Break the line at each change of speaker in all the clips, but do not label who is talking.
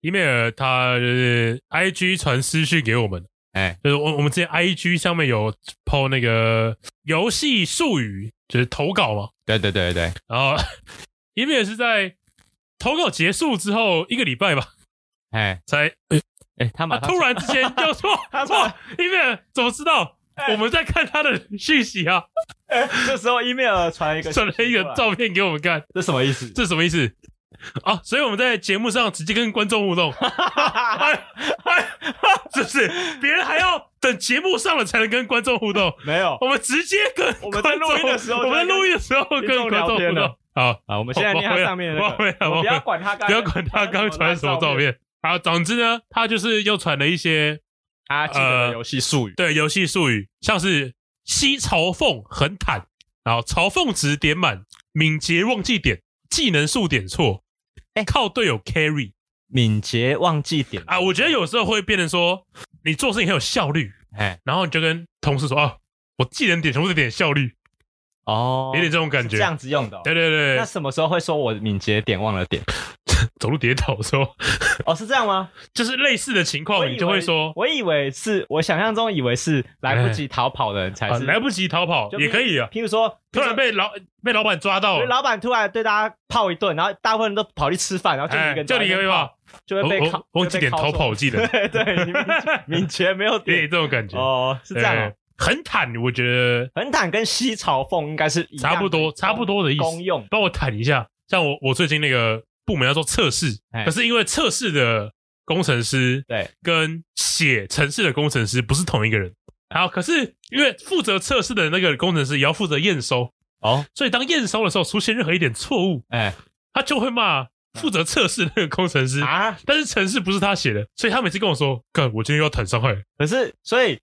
伊妹尔他就是 I G 传私讯给我们，
哎，
就是我我们之前 I G 上面有 PO 那个游戏术语，就是投稿嘛。
对对对对对，
然后 伊妹尔是在投稿结束之后一个礼拜吧，
哎
才
哎，他
他
马上
突然之间就说
他说
哇，伊妹尔怎么知道
哎
我们在看他的讯息啊？
这时候 email 传一个
传了一个
出来，
照片给我们看，
这什么意思？
这什么意思？啊，所以我们在节目上直接跟观众互动，是不是？别人还要等节目上了才能跟观众互动，
没有，
我们直接跟
我们在
观众
录音的时候
我们在
就跟
录音的时候
听
跟
众
观众
聊天
互动
了。
好，
啊，我们
现
现
在
在
我
念他上面的那
我回来
个，
我回
我不
来
要管他，
不要管他刚传什么照，片。好，总之呢，他就是又传了一些
他记得的游戏术语，
对游戏术语，像是西嘲讽很坦，然后嘲讽值点满，敏捷忘记点，技能数点错，
哎
靠队友 carry
敏捷忘记点
啊。我觉得有时候会变成说，你做事情很有效率，
哎
然后你就跟同事说啊，我技能点全部是点效率，
哦，
有点这种感
是
觉。
这样子用的哦。
对对对
那，什么时候会说我敏捷点忘了点？
走路跌倒的时候，
哦，是这样吗？
就是类似的情
我
况，
以
你
为
就会说
我以为是我想象中以为是来不及逃跑的人才
啊，
是
来不及逃跑
就
也可以啊。
譬如说，
突然被老被老板抓到
譬
了，
如老板突然对大家泡一顿，然后大部分人都跑去吃饭，然后就你一个
哎，
人
叫你一
在那
个
边
吧
泡，，就会被
我
考
我忘记点逃 跑技能
对对，你敏捷 敏捷没有
有点哎
点
这种感觉。
哦，是这样哦
哎。很坦，我觉得
横坦跟西嘲讽应该是一样的
差不多差不多的意思
功用
帮我坦一下。像我我最近那个部门要做测试，
哎
可是因为测试的工程师
对
跟写程式的工程师不是同一个人。好，可是因为负责测试的那个工程师也要负责验收，
哦，
所以当验收的时候出现任何一点错误，
哎
他就会骂负责测试的那个工程师。
嗯啊。
但是程式不是他写的，所以他每次跟我说：“干，我今天又要坦伤害了。
可是所以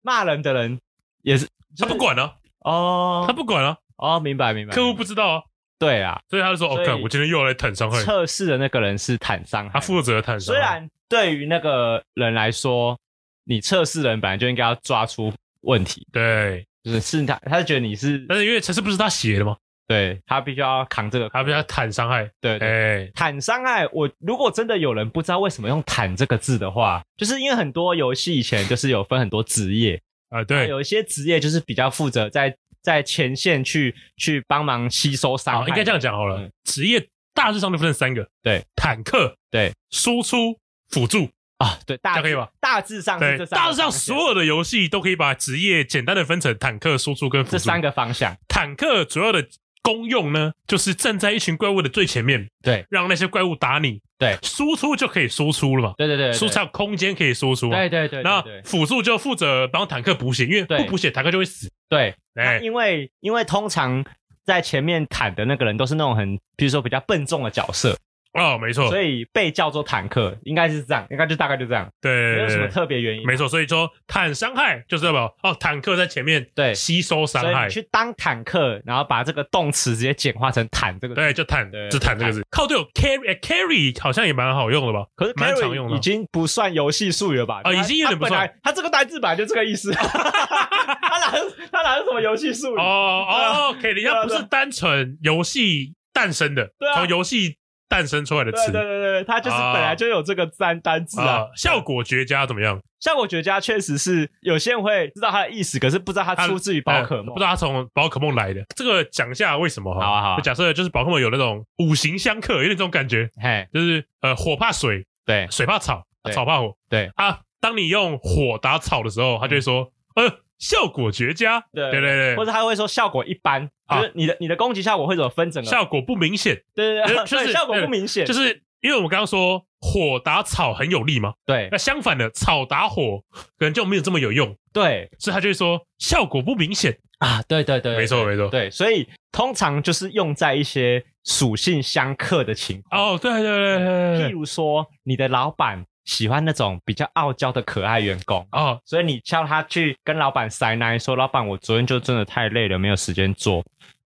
骂人的人也是”
他不管啊，
哦，
他不管啊，
哦，明白明白，
客户不知道啊，
对啊，
所以他就说：“哦，
所以
干，我今天又要来坦伤害。”
测试的那个人是坦伤害
他，负责坦伤
虽
害。
然对于那个人来说，你测试人本来就应该要抓出问题，
对，
就是是他，他觉得你是
但是因为城市不是他写的吗？
对他必须要扛这个，
他被他坦伤害。
对对。
哎，
坦伤害，我如果真的有人不知道为什么用“坦”这个字的话，就是因为很多游戏以前就是有分很多职业，
啊，对，
有一些职业就是比较负责在在前线去去帮忙吸收伤
好，
害，
哦应该这样讲好了
嗯。
职业大致上就分成三个，
对，
坦克，
对，
输出辅助，
啊，对，
这
大
样可以吧？
大致上是
对
这，三个
大致上
方向
所有的游戏都可以把职业简单的分成坦克、输出跟辅助。
这三
个
个方向，
坦克主要的功用呢，就是站在一群怪物的最前面，
对，
让那些怪物打你。
对，
输出就可以输出了嘛，
对对对，对
输出还有空间可以输出嘛。
对对对，对
那
对
辅助就负责帮坦克补血，因为
对
不补血坦克就会死。
对，那
哎，
因为因为通常在前面坦的那个人都是那种很，比如说比较笨重的角色，
哦，没错，
所以被叫做坦克，应该是这样，应该就大概就这样，
对，
没有什么
对
特别原因
对，没错，所以说坦伤害就是代表哦，坦克在前面
对
吸收伤
所以
害
你，去当坦克，然后把这个动词直接简化成坦这个字。
对，就坦
对
就坦这个字，靠队友 carry 哎 carry 好像也蛮好用的吧？
可是
蛮常用
carry
的
已经不算游戏术语了吧？
啊已经有点不算
他本来他这个单字本来就这个意 思，他哪是他哪是什么游戏术语？
哦
对啊
哦，carry
对
它
啊
不
对啊
是单纯游戏诞生的
对，啊
从游戏诞生出来的
对啊
词
对对对，他就是
啊
本来就有这个单单字啊
啊，。效果绝佳怎么样？
效果绝佳确实是有些人会知道它的意思，可是不知道它出自于宝可
呃
梦
不知。道它从宝可梦来的。这个讲一下为什么哈？
好啊好啊
就假设就是宝可梦有那种五行相克，有点这种感觉，
嘿，
就是呃火怕水，
对
水怕草，啊
对
草怕火。
对
啊，当你用火打草的时候，他就会说，
嗯
呃，效果绝佳。
对
对对
或
对，
者他会说效果一般，
啊
就是你的你的攻击效果会怎么分整个？
效果不明显，
对对对，
就
对
是
效果不明显，
就是因为我们刚刚说火打草很有力嘛，
对
那相反的，草打火可能就没有这么有用，
对
所以他就会说效果不明显。
啊，对对对，
没错没错。
对，所以通常就是用在一些属性相克的情况，
哦，对对对对对
譬
对。
如说你的老板喜欢那种比较傲娇的可爱员工。
哦，
所以你叫他去跟老板塞奶，说老板，我昨天就真的太累了，没有时间做，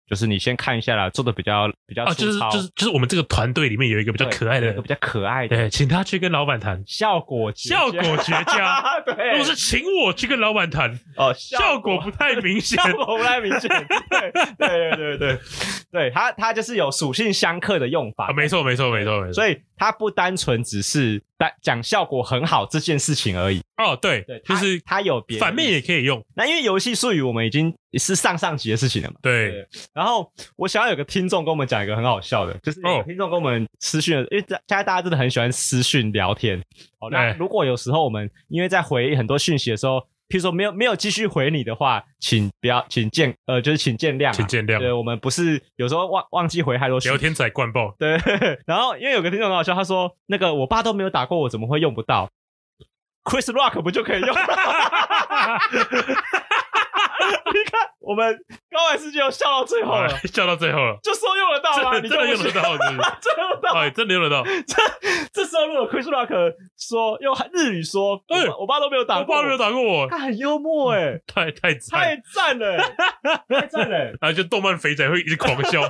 就是你先看一下啦，做的比较比较
啊，就
粗
是
糙，
就是就是我们这个团队里面有一个比较
对
可爱
有一个
的
比，较可爱的
对，请他去跟老板谈，
效果绝佳，
效 果绝佳。
对，
如果是请我去跟老板谈，
哦
效果不太明显
效。果不太明显，对对对对对，对它它就是有属性相克的用法
啊，，没错没错没错没错。
所以它不单纯只是单讲效果很好这件事情而已。
哦，对
对，，
就
它
是
它有别的
反面
意
也
思
可以用，
那因为游戏术语我们已经是上上集的事情了嘛。
对
对，然后我想要有个听众跟我们讲一个很好笑的，就是有
哦
个听众跟我们私讯的，因为大现在大家真的很喜欢私讯聊天。哦，那
对
如果有时候我们因为在回很多讯息的时候，譬如说没有没有继续回你的话，请不要，请见呃，就是请见谅、啊，
请见
对
谅，
我们不是有时候忘忘记回太多讯
聊。天仔灌爆，
对，然后因为有个听众很好笑，他说那个我爸都没有打过我，怎么会用不到？Chris Rock 不就可以用？ 你看，我们高玩世界又笑到最后
好
了
了，， 笑到最后了，
就说用得到吗？
哎真的
你
真的用得
到，
到，是不 是
真的用得到。
哎，真的用得到，
这这时候如果 Chris Rock 说用日语说，
哎
我爸我爸都没有打
我
过，
爸没有打嗯哎过我，
他很幽默哎，
太太
太
惨，
赞了欸，太赞了欸。
然后就动漫肥仔会一直狂 笑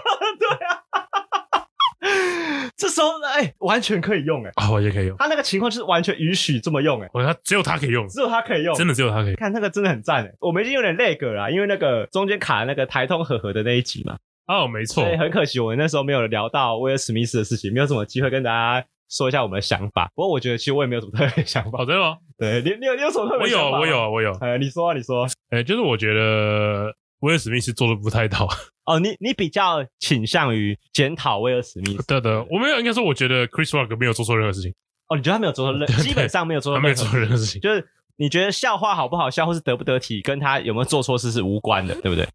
这时候哎，完全可以用哎，
啊，我也可以用，
他那个情况就是完全允许这么用哎，
我他只有他可以用，
只有他可以用，
真的只有他可以，
看那个真的很赞诶，欸我们已经有点累个了啦，因为那个中间卡那个台通和和的那一集嘛，
哦，没错
所，以很可惜我们那时候没有聊到威尔史密斯的事情，没有什么机会跟大家说一下我们的想法。不过我觉得其实我也没有什么特别的想法。
好真的吗？
对你，你有你有什么特
我
别的
有
想
啊，
法吗
我有。啊，我有啊，
呃，你说啊、你说
哎，就是我觉得威尔史密斯做的不太到，
哦，你你比较倾向于检讨威尔史密斯
对的，我没有，应该说我觉得 Chris Rock 没有做错任何事情，
哦，你觉得他没有做错任，基本上没有做
他
错
没有
任何
做，错任何事情。
就是你觉得笑话好不好笑，或是得不得体，跟他有没有做错事是无关的，对不对？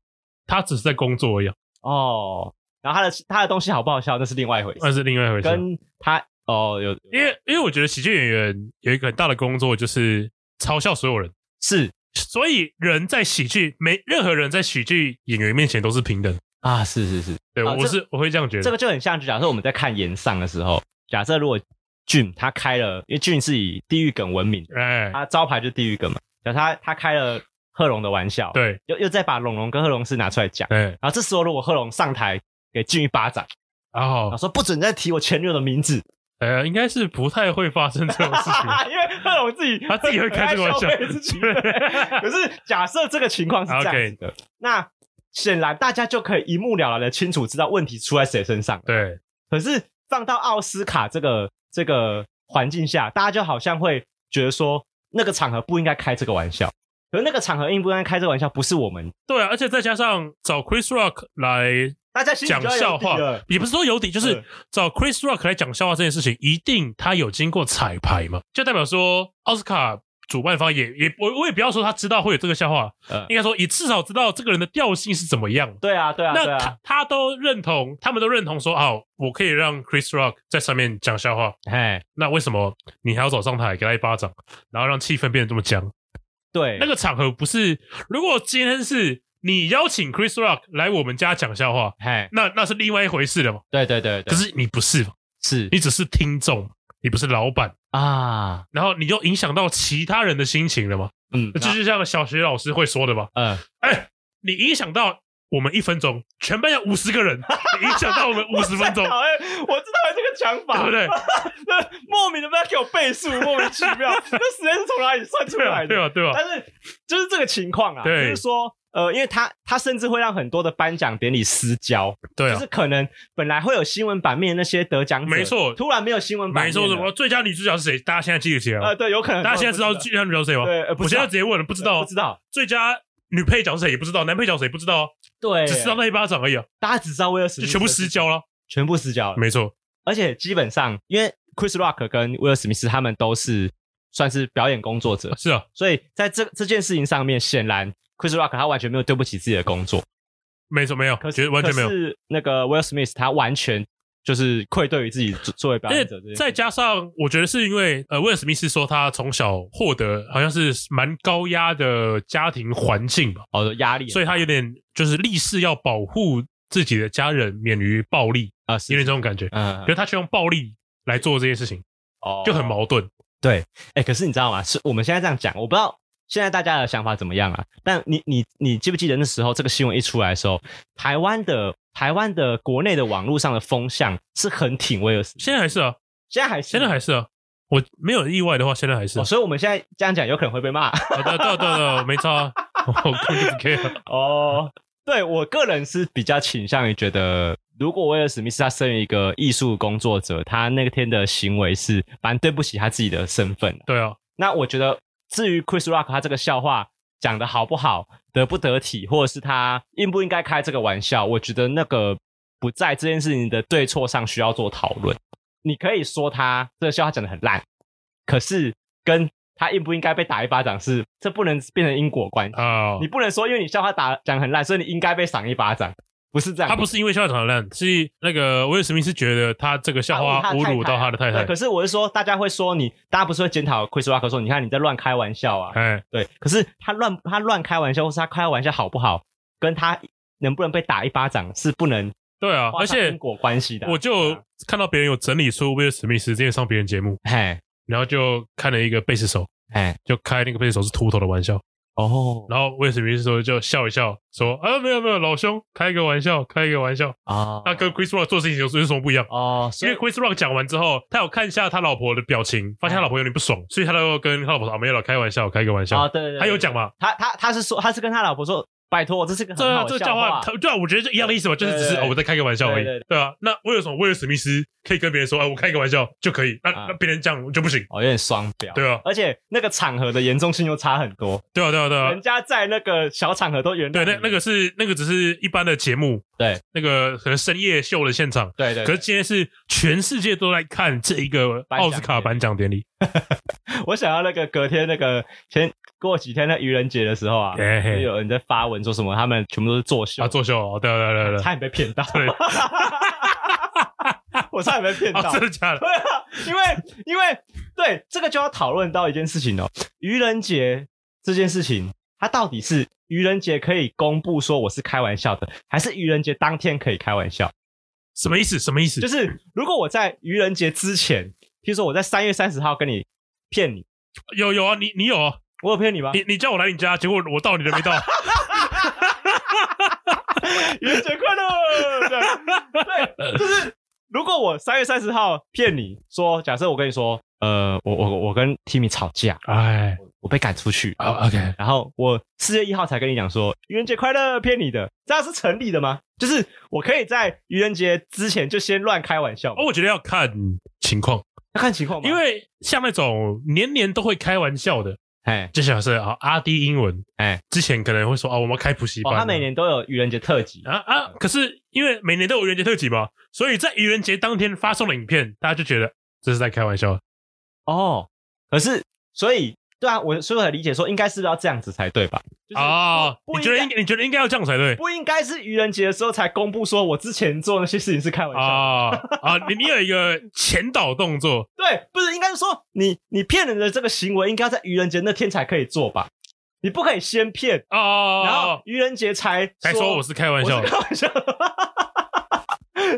他只是在工作而已啊，
哦，然后他的他的东西好不好笑，那是另外一回事。
那是另外一回事啊。
跟他哦有，
因为因为我觉得喜剧演员有一个很大的工作就是嘲笑所有人，
是
所以人在喜剧没任何人在喜剧演员面前都是平等。
啊，是是是，
对，
啊
我
这
是我会这样觉得。
这个就很像，就假设我们在看演上的时候，假设如果俊他开了，因为俊是以地狱梗闻名的，
哎，
他招牌就是地狱梗嘛，假设他他开了贺龙的玩笑，，
对，
又又再把龙龙跟贺龙是拿出来讲，
哎，
然后这时候如果贺龙上台给俊一巴掌，
然
然后
后
说不准再提我前女友的名字，
呃，应该是不太会发生这种事 情。
因为贺龙自己
他自己会开这个玩笑
很爱消费自 己
对
可是假设这个情况是这样子的，那显然大家就可以一目了然的清楚知道问题出在谁身上。
对，
可是放到奥斯卡这个这个环境下，大家就好像会觉得说那个场合不应该开这个玩笑，可是那个场合应不应该开这个玩笑不是我们，
对啊，而且再加上找 Chris Rock 来
大家心里
讲
就要有
笑
底
话
了，
也不是说有底，就是
嗯
找 Chris Rock 来讲笑话这件事情，一定他有经过彩排嘛，就代表说奥斯卡主办方也也我我也不要说他知道会有这个笑话，
嗯
应该说也至少知道这个人的调性是怎么样。
对啊，对啊，对
那
啊，
他他都认同，他们都认同说，哦，我可以让 Chris Rock 在上面讲笑话，
哎，
那为什么你还要走上台给他一巴掌，然后让气氛变得这么僵？
对，
那个场合不是，如果今天是你邀请 Chris Rock 来我们家讲笑话，
哎，
那那是另外一回事了嘛。
对对对
可
对，
是你不是嘛，
是
你只是听众，你不是老板，
啊，
然后你就影响到其他人的心情了嘛？
嗯，
这就像小学老师会说的嘛，
嗯。
哎，你影响到我们一分钟，全班有五十个
，
人，你影响到我们五十分钟
讨厌，我知道有这个讲法，
对不对？
对？莫名的不要给我倍数，莫名其 妙，那时间是从哪里算出
对吧？
来的？
对吧？啊对吧？
但是就是这个情况啊，就
对
是说，呃，因为他他甚至会让很多的颁奖典礼私交，
对
就
啊
是，可能本来会有新闻版面那些得奖者，
没错
突然没有新闻版面，
没错，什么？最佳女主角是谁？大家现在记得起来
呃，
吗？
对，有可能
大家现在知道
不
最佳女主角是谁吗？
对，呃
我
不知
现
道
在直接问了，不知道
不
啊
知道，
最佳女配角是谁也不知道，男配角是谁也不知道啊，
对，
只知道那一巴掌而已啊，
大哎家只知道威尔
就
史密斯，
全部失，焦了。
全部私交了，
没错，
而且基本上因为 Chris Rock 跟威尔史密斯他们都是算是表演工作者，
是啊，
所以在这这件事情上面，显然 Chris Rock 他完全没有对不起自己的工作，
没错，没有
可，
觉
是
得完全没有
可。是那个 Will Smith 他完全就是愧对于自己作作为表
而
演者这
且
件
再
事
加上，我觉得是因为呃，威尔史密斯说他从小获得好像是蛮高压的家庭环境吧，
哦压力很大，
所以他有点就是立誓要保护自己的家人免于暴力，
啊
有
是
点这种感觉。
嗯
可是他却用暴力来做这件事情，
哦
就很矛盾。
哎、可是你知道吗？是我们现在这样讲，我不知道现在大家的想法怎么样啊？但你你你记不记得那时候这个新闻一出来的时候，台湾的台湾的国内的网络上的风向是很挺威尔史密斯，
现在还是啊，
现在还是
现在还是啊，我没有意外的话，现在还是
哦，
啊。
所以我们现在
哦
这样讲有可能会被骂
好的，对啊对啊对啊，没差啊，我根本就不 care。
哦。对我个人是比较倾向于觉得，如果威尔史密斯他身为一个艺术工作者，他那天的行为是蛮对不起他自己的身份。
对啊，
那我觉得，至于 Chris Rock 他这个笑话讲的好不好，得不得体，或者是他应不应该开这个玩笑，我觉得那个不在这件事情的对错上需要做讨论。你可以说他这个笑话讲的很烂，可是跟他应不应该被打一巴掌是，这不能变成因果关系。
啊
你，不能说因为你笑话打讲很烂，所以你应该被赏一巴掌，不是这样。
他不是因为笑场烂，是那个威尔史密斯觉得他这个笑话
他
侮辱到他的太
对，
太
可，是我是说，大家会说你，大家不是会检讨 Chris Rock 说，你看你在乱开玩笑啊？
哎，
对，可是他乱他乱开玩笑，或是他开玩笑好不好，跟他能不能被打一巴掌是不能
对啊，
画
而
上
且
因果关系的啊、
我就
对啊
看到别人有整理出威尔史密斯之前上别人节目，
嘿
然后就看了一个贝斯手，
嘿
就开那个贝斯手是秃头的玩笑，
哦
然后威尔史密斯说就笑一笑，说啊没有没有，老兄开一个玩笑，开一个玩笑。
啊
那跟 Chris Rock 做事情有有什么不一样？
哦，
因
所以
为 Chris Rock 讲完之后，他有看一下他老婆的表情，发现他老婆有点不爽，所以他就跟他老婆说：“啊，没有了，开玩笑，开个玩
啊
笑。
对对”对，
他有讲嘛？
他他他是说他是跟他老婆说，拜托，这是个
这
很好的
这
笑
笑
话
话，他对啊，我觉得就一样的意思嘛，就是只是
对对
哦我在开个玩笑而已
对对，
对啊。那为什么威尔史密斯可以跟别人说：“哎，我开个玩笑就可以”，那
啊
那别人讲就不行？
哦有点双标，
对啊，
而且那个场合的严重性又差很多，
对啊，对啊，对啊
人。家在那个小场合都原谅
对，那
你
那个是那个只是一般的节目，
对，
那个可能深夜秀的现场，
对对，
可是今天是全世界都在看这一个奥斯卡颁奖典礼，
我想要那个隔天那个前过几天那愚人节的时候啊，
哎嘿嘿
就有人在发文说什么他们全部都是作秀
啊，作秀哦，对对对对对
差点被骗到，
对，
我差点被 骗到
啊，真。的假的？
对啊，因为因为对这个就要讨论到一件事情哦，愚人节这件事情，它到底是愚人节可以公布说我是开玩笑的，还是愚人节当天可以开玩笑？
什么意思？什么意思？
就是如果我在愚人节之前，譬如说我在三月三十号跟你骗你，
有有啊，你你有啊，
我有骗你吗？
你你叫我来你家，结果我到你的没到，
愚人节快乐！对，对，就是如果我三月三十号骗你说，假设我跟你说，呃，我我我跟 Timmy 吵架，
哎，
我被赶出去，
好，OK，
然后我四月一号才跟你讲说愚人节快乐，骗你的，这样是成立的吗？就是我可以在愚人节之前就先乱开玩笑吗，
哦，我觉得要看情况，
要看情况吧，
因为像那种年年都会开玩笑的，
哎。
就像是啊阿迪英文，
哎，
之前可能会说啊，我们要开补习
哦，
班啊，
他每年都有愚人节特辑，
啊啊！可是因为每年都有愚人节特辑嘛，所以在愚人节当天发送的影片，大家就觉得这是在开玩笑。
哦，可是所以对啊，我所以我很理解说应该是不是要这样子才对吧？就是
哦，
不
你觉得应该你觉得应该要这样才对
不应该是愚人节的时候才公布说我之前做那些事情是开玩笑的。
啊啊！你你有一个前导动作
对，不是应该是说你你骗人的这个行为应该要在愚人节那天才可以做吧？你不可以先骗，然
哦
后，愚人节才
才说我是开玩笑
我是开玩笑的。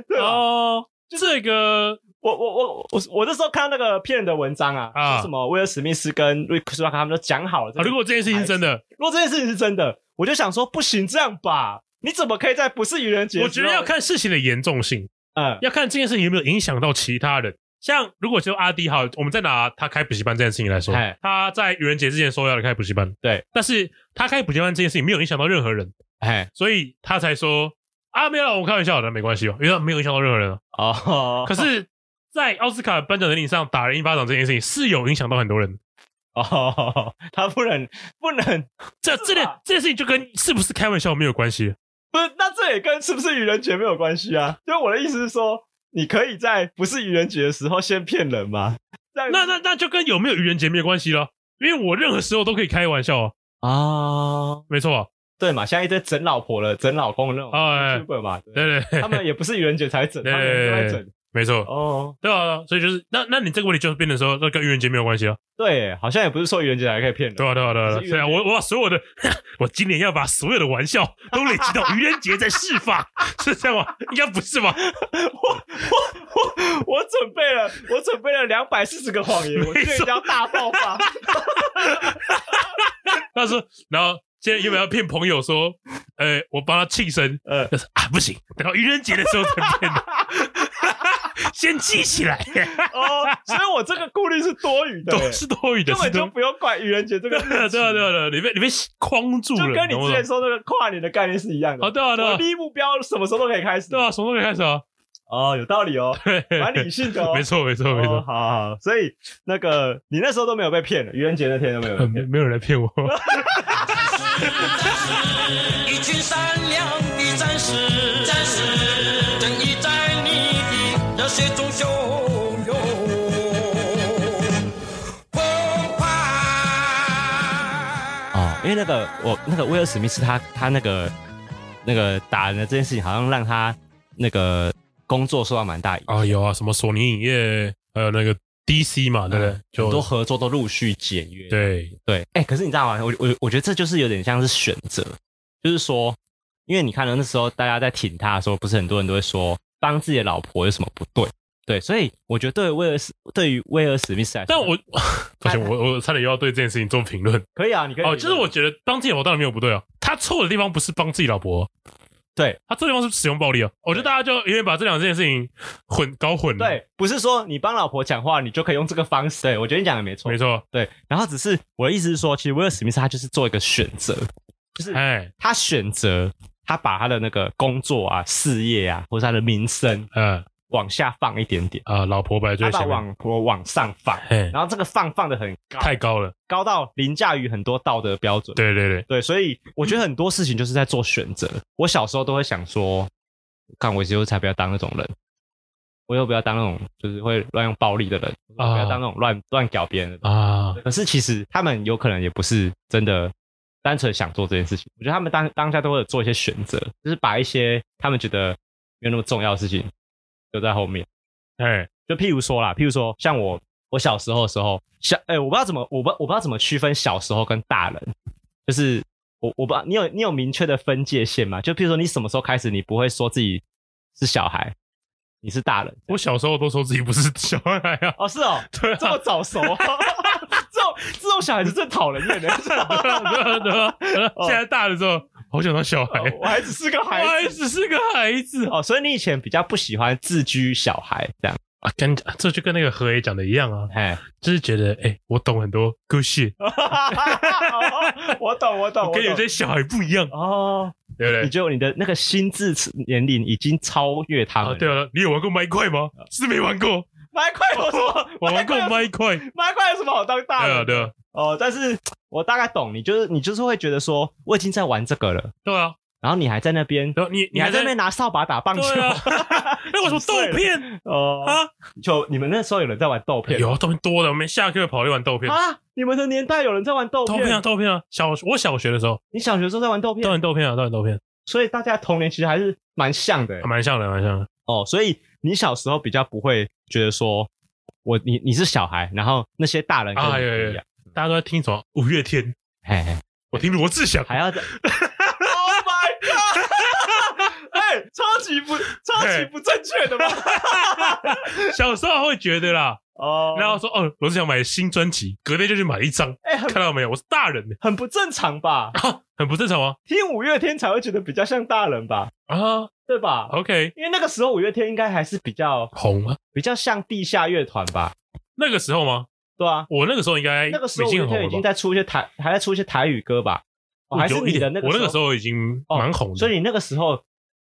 对啊吧
哦。这个
我我我我我那时候看到那个骗人的文章啊，
啊
说什么威尔史密斯跟瑞克斯拉克他们都讲好了，这
啊，
个
如果这件事情是真的，
如果这件事情是真的，我就想说不行这样吧，你怎么可以在不是愚人节的
我
时
觉
候？
得要看事情的严重性，
嗯
要看这件事情有没有影响到其他人。像如果就阿迪好，我们再拿他开补习班这件事情来说
嗨，
他在愚人节之前说要来开补习班，
对，
但是他开补习班这件事情没有影响到任何人。
哎
所以他才说啊，没有啦，我开玩笑的，没关系哦，因为他没有影响到任何人啊。
哦
可 是，在奥斯卡颁奖典礼上打人一巴掌这件事情是有影响到很多人，
哦，他不能不能
这
吧
这件这件事情就跟是不是开玩笑没有关系。
不是，那这也跟是不是愚人节没有关系啊？就我的意思是说，你可以在不是愚人节的时候先骗人吗？这样
那那那就跟有没有愚人节没有关系了，因为我任何时候都可以开玩笑啊，
啊，
没错啊，
对嘛，现在一堆整老婆了、整老公的那种
哎
YouTuber 嘛，对
对对 对，
他们也不是愚人节才整，
对
他们都在整
没错，
哦。
对啊，对啊所以就是那那你这个问题就变成说，那跟愚人节没有关系了，
对，好像也不是说愚人节才可以骗人，
对啊对啊对啊，
可是愚人节
对啊，我我把所有的， 我今年要把所有的玩笑都累积到愚人节再释放， 是这样吗？应该不是吧？
我我准备了，我准备了两百四十个谎言，我
没
今
错
天一定要大爆 发。
他说，然后现在有没有要骗朋友说， 呃，我帮他庆生，
呃，
他说啊不行，等到愚人节的时候才骗的。 先记起来，
哦，所以我这个顾虑是多余的、
都
欸，
是多余的，
根本
是
就
多
不用怪愚人节 这
对
个
啊
日期，
对啊对啊对啊，你被你被框住了，
就跟你
懂不懂
之前说那个跨年的概念是一样的。
啊对啊对
我
啊
第一目标什么时候都可以开始。
对啊，什么时候可以开始啊？
哦，有道理哦，
对，
蛮理性的哦。
没错没错没
哦，
错，
好好好，所以那个你那时候都没有被骗了，愚人节那天都没有被
呃
骗
没。没有人来骗 我，
一群善良的战士，战士，正义在你的热血中汹涌澎湃。
哦，因为那个我那个威尔史密斯他他那个那个打人的这件事情，好像让他那个工作受到蛮大影响，
啊有啊，什么索尼影业，还有那个 DC 嘛，对不
嗯
对？
很多
就
合作都陆续解约。
对，
对，哎、可是你知道吗？我我我觉得这就是有点像是选择，就是说，因为你看了那时候大家在挺他的时候，不是很多人都会说帮自己的老婆有什么不对？对，所以我觉得对威尔史对于威尔史密斯来说，
但我不行，我我差点又要对这件事情做评论
可以啊，你可以。
哦，就是我觉得帮自己老婆当然没有不对啊，他错的地方不是帮自己老婆。哦
对
他这地方是使用暴力啊，我觉得大家就有点把这两件事情混搞混了。，
对，不是说你帮老婆讲话，你就可以用这个方式。对我觉得你讲的没错
没。错，
对，
然后只是我的意思是说，其实威尔史密斯他就是做一个选择，
就是
哎，
他选择他把他的那个工作啊、事业啊，或是他的名声
嗯
往下放一点点，
啊，老婆本来就
他
在
把
前面，
往我往上放，
哎，
然后这个放放的很高，
太高了，
高到凌驾于很多道德标准。
对对对，
对，所以我觉得很多事情就是在做选择。我小时候都会想说，看我以后才不要当那种人，我又不要当那种就是会乱用暴力的人，我
啊
不要当那种乱乱搞别人的人。
啊，
可是其实他们有可能也不是真的单纯想做这件事情，我觉得他们当当下都会有做一些选择，就是把一些他们觉得没有那么重要的事情留在后面。
哎，
就譬如说啦，譬如说像我，我小时候的时候，小哎、我不知道怎么，我不我不知道怎么区分小时候跟大人，就是我我不知道你有你有明确的分界线吗？就譬如说你什么时候开始，你不会说自己是小孩，你是大人
我小时候都说自己不是小孩啊，
哦，是哦，
对啊，
这么早熟、哦， 这种这种小孩子最讨人厌的。
对啊对啊对啊，现在大了之后，好想当小孩，
我还 只是个
我
孩
还
子
只是个孩子
哦，所以你以前比较不喜欢自居小孩这样，
啊，跟这就跟那个何爷讲的一样啊，
哎，
就是觉得哎，我懂很多 good shit，
哦
我懂我懂，我
跟有
懂
些小孩不一样，
哦，
对不
你
对？
就你的那个心智年龄已经超越他们
啊，
了。
对了，你有玩过麦块吗？是没玩过，
蛮快有什么？
我玩过
蛮快
麦 块，对
蛮快有什么好当大
啊
人？
对啊
哦，但是我大概懂你，就是你就是会觉得说，我已经在玩这个了，
对啊，
然后你还在那边，
然后你
你还在那边拿扫把打棒球，
对啊， 那为什么豆片
哦，
啊？
就你们那时候有人在玩豆片
有啊，豆片多的，我们下课跑去玩豆片，
啊？你们的年代有人在玩 豆
豆
片？
片啊豆片啊，小我小学的时候，
你小学的时候在玩豆片
都，很豆片啊，都很豆片。
所以大家的童年其实还是蛮像的欸、
还蛮像的，蛮像的。
哦，所以你小时候比较不会觉得说，我你你是小孩，然后那些大人跟你
啊有有
不一
有
样，
嗯
大家都在听什么五月天，
嘿嘿
我听罗志祥，
还要在
Oh my god！哎、 超级不超级不正确的吧？
小时候会觉得啦，
哦，
然后说哦，罗志祥买新专辑，隔天就去买一张，
哎、很
看到没有？我是大人的，
很不正常吧？
啊很不正常啊
听五月天才会觉得比较像大人吧？
啊
对吧？
，OK，
因为那个时候五月天应该还是比较
红啊，
比较像地下乐团吧？
那个时候吗？
对啊，
我那个时候应该
那个时候
已经
五月
很红
天已
了
经
吧？
在出一些台，还在出一些台语歌吧？哦、还是
有一
你的
点
那个
我那个
时
时候已经
哦
蛮红的，
所以你那个时候，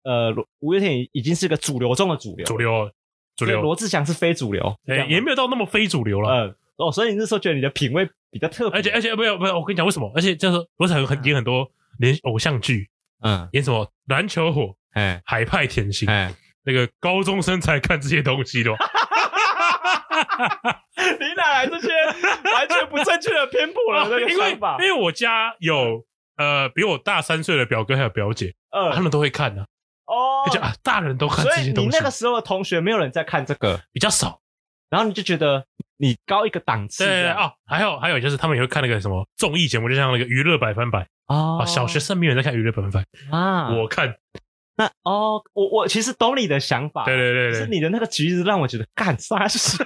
呃，罗五月天已已经是个主流中的主流，
主流主
所以
流，
罗志祥是非主流，
哎，也没有到那么非主流
呃
了。
嗯、哦，所以你那时候觉得你的品味比较特别，
而且而且没有没有，我跟你讲为什么？而且就是罗志祥
嗯
很演很多连偶像剧，
嗯，
演什么篮球火、
哎
海派甜心，
哎，
那个高中生才看这些东西 的哦。
你哪来这些完全不正确的偏颇了？那个
因为
想法
因，为我家有呃比我大三岁的表哥还有表姐，
嗯、
他们都会看呢、
哦
啊，，就啊大人都看
呃所
这
以
些
你
东西
那个时候的同学没有人在看这个，
比较少。
然后你就觉得你高一个档次
对
这
对对
样，
哦，还有还有就是他们也会看那个什么综艺节目，就像那个娱乐百分百
哦
啊，小学生没有人在看娱乐百分百，
啊，
我看。
那哦，我我其实懂你的想法，
对对
可
对
啊是
对，
你的那个橘子让我觉得干啥事，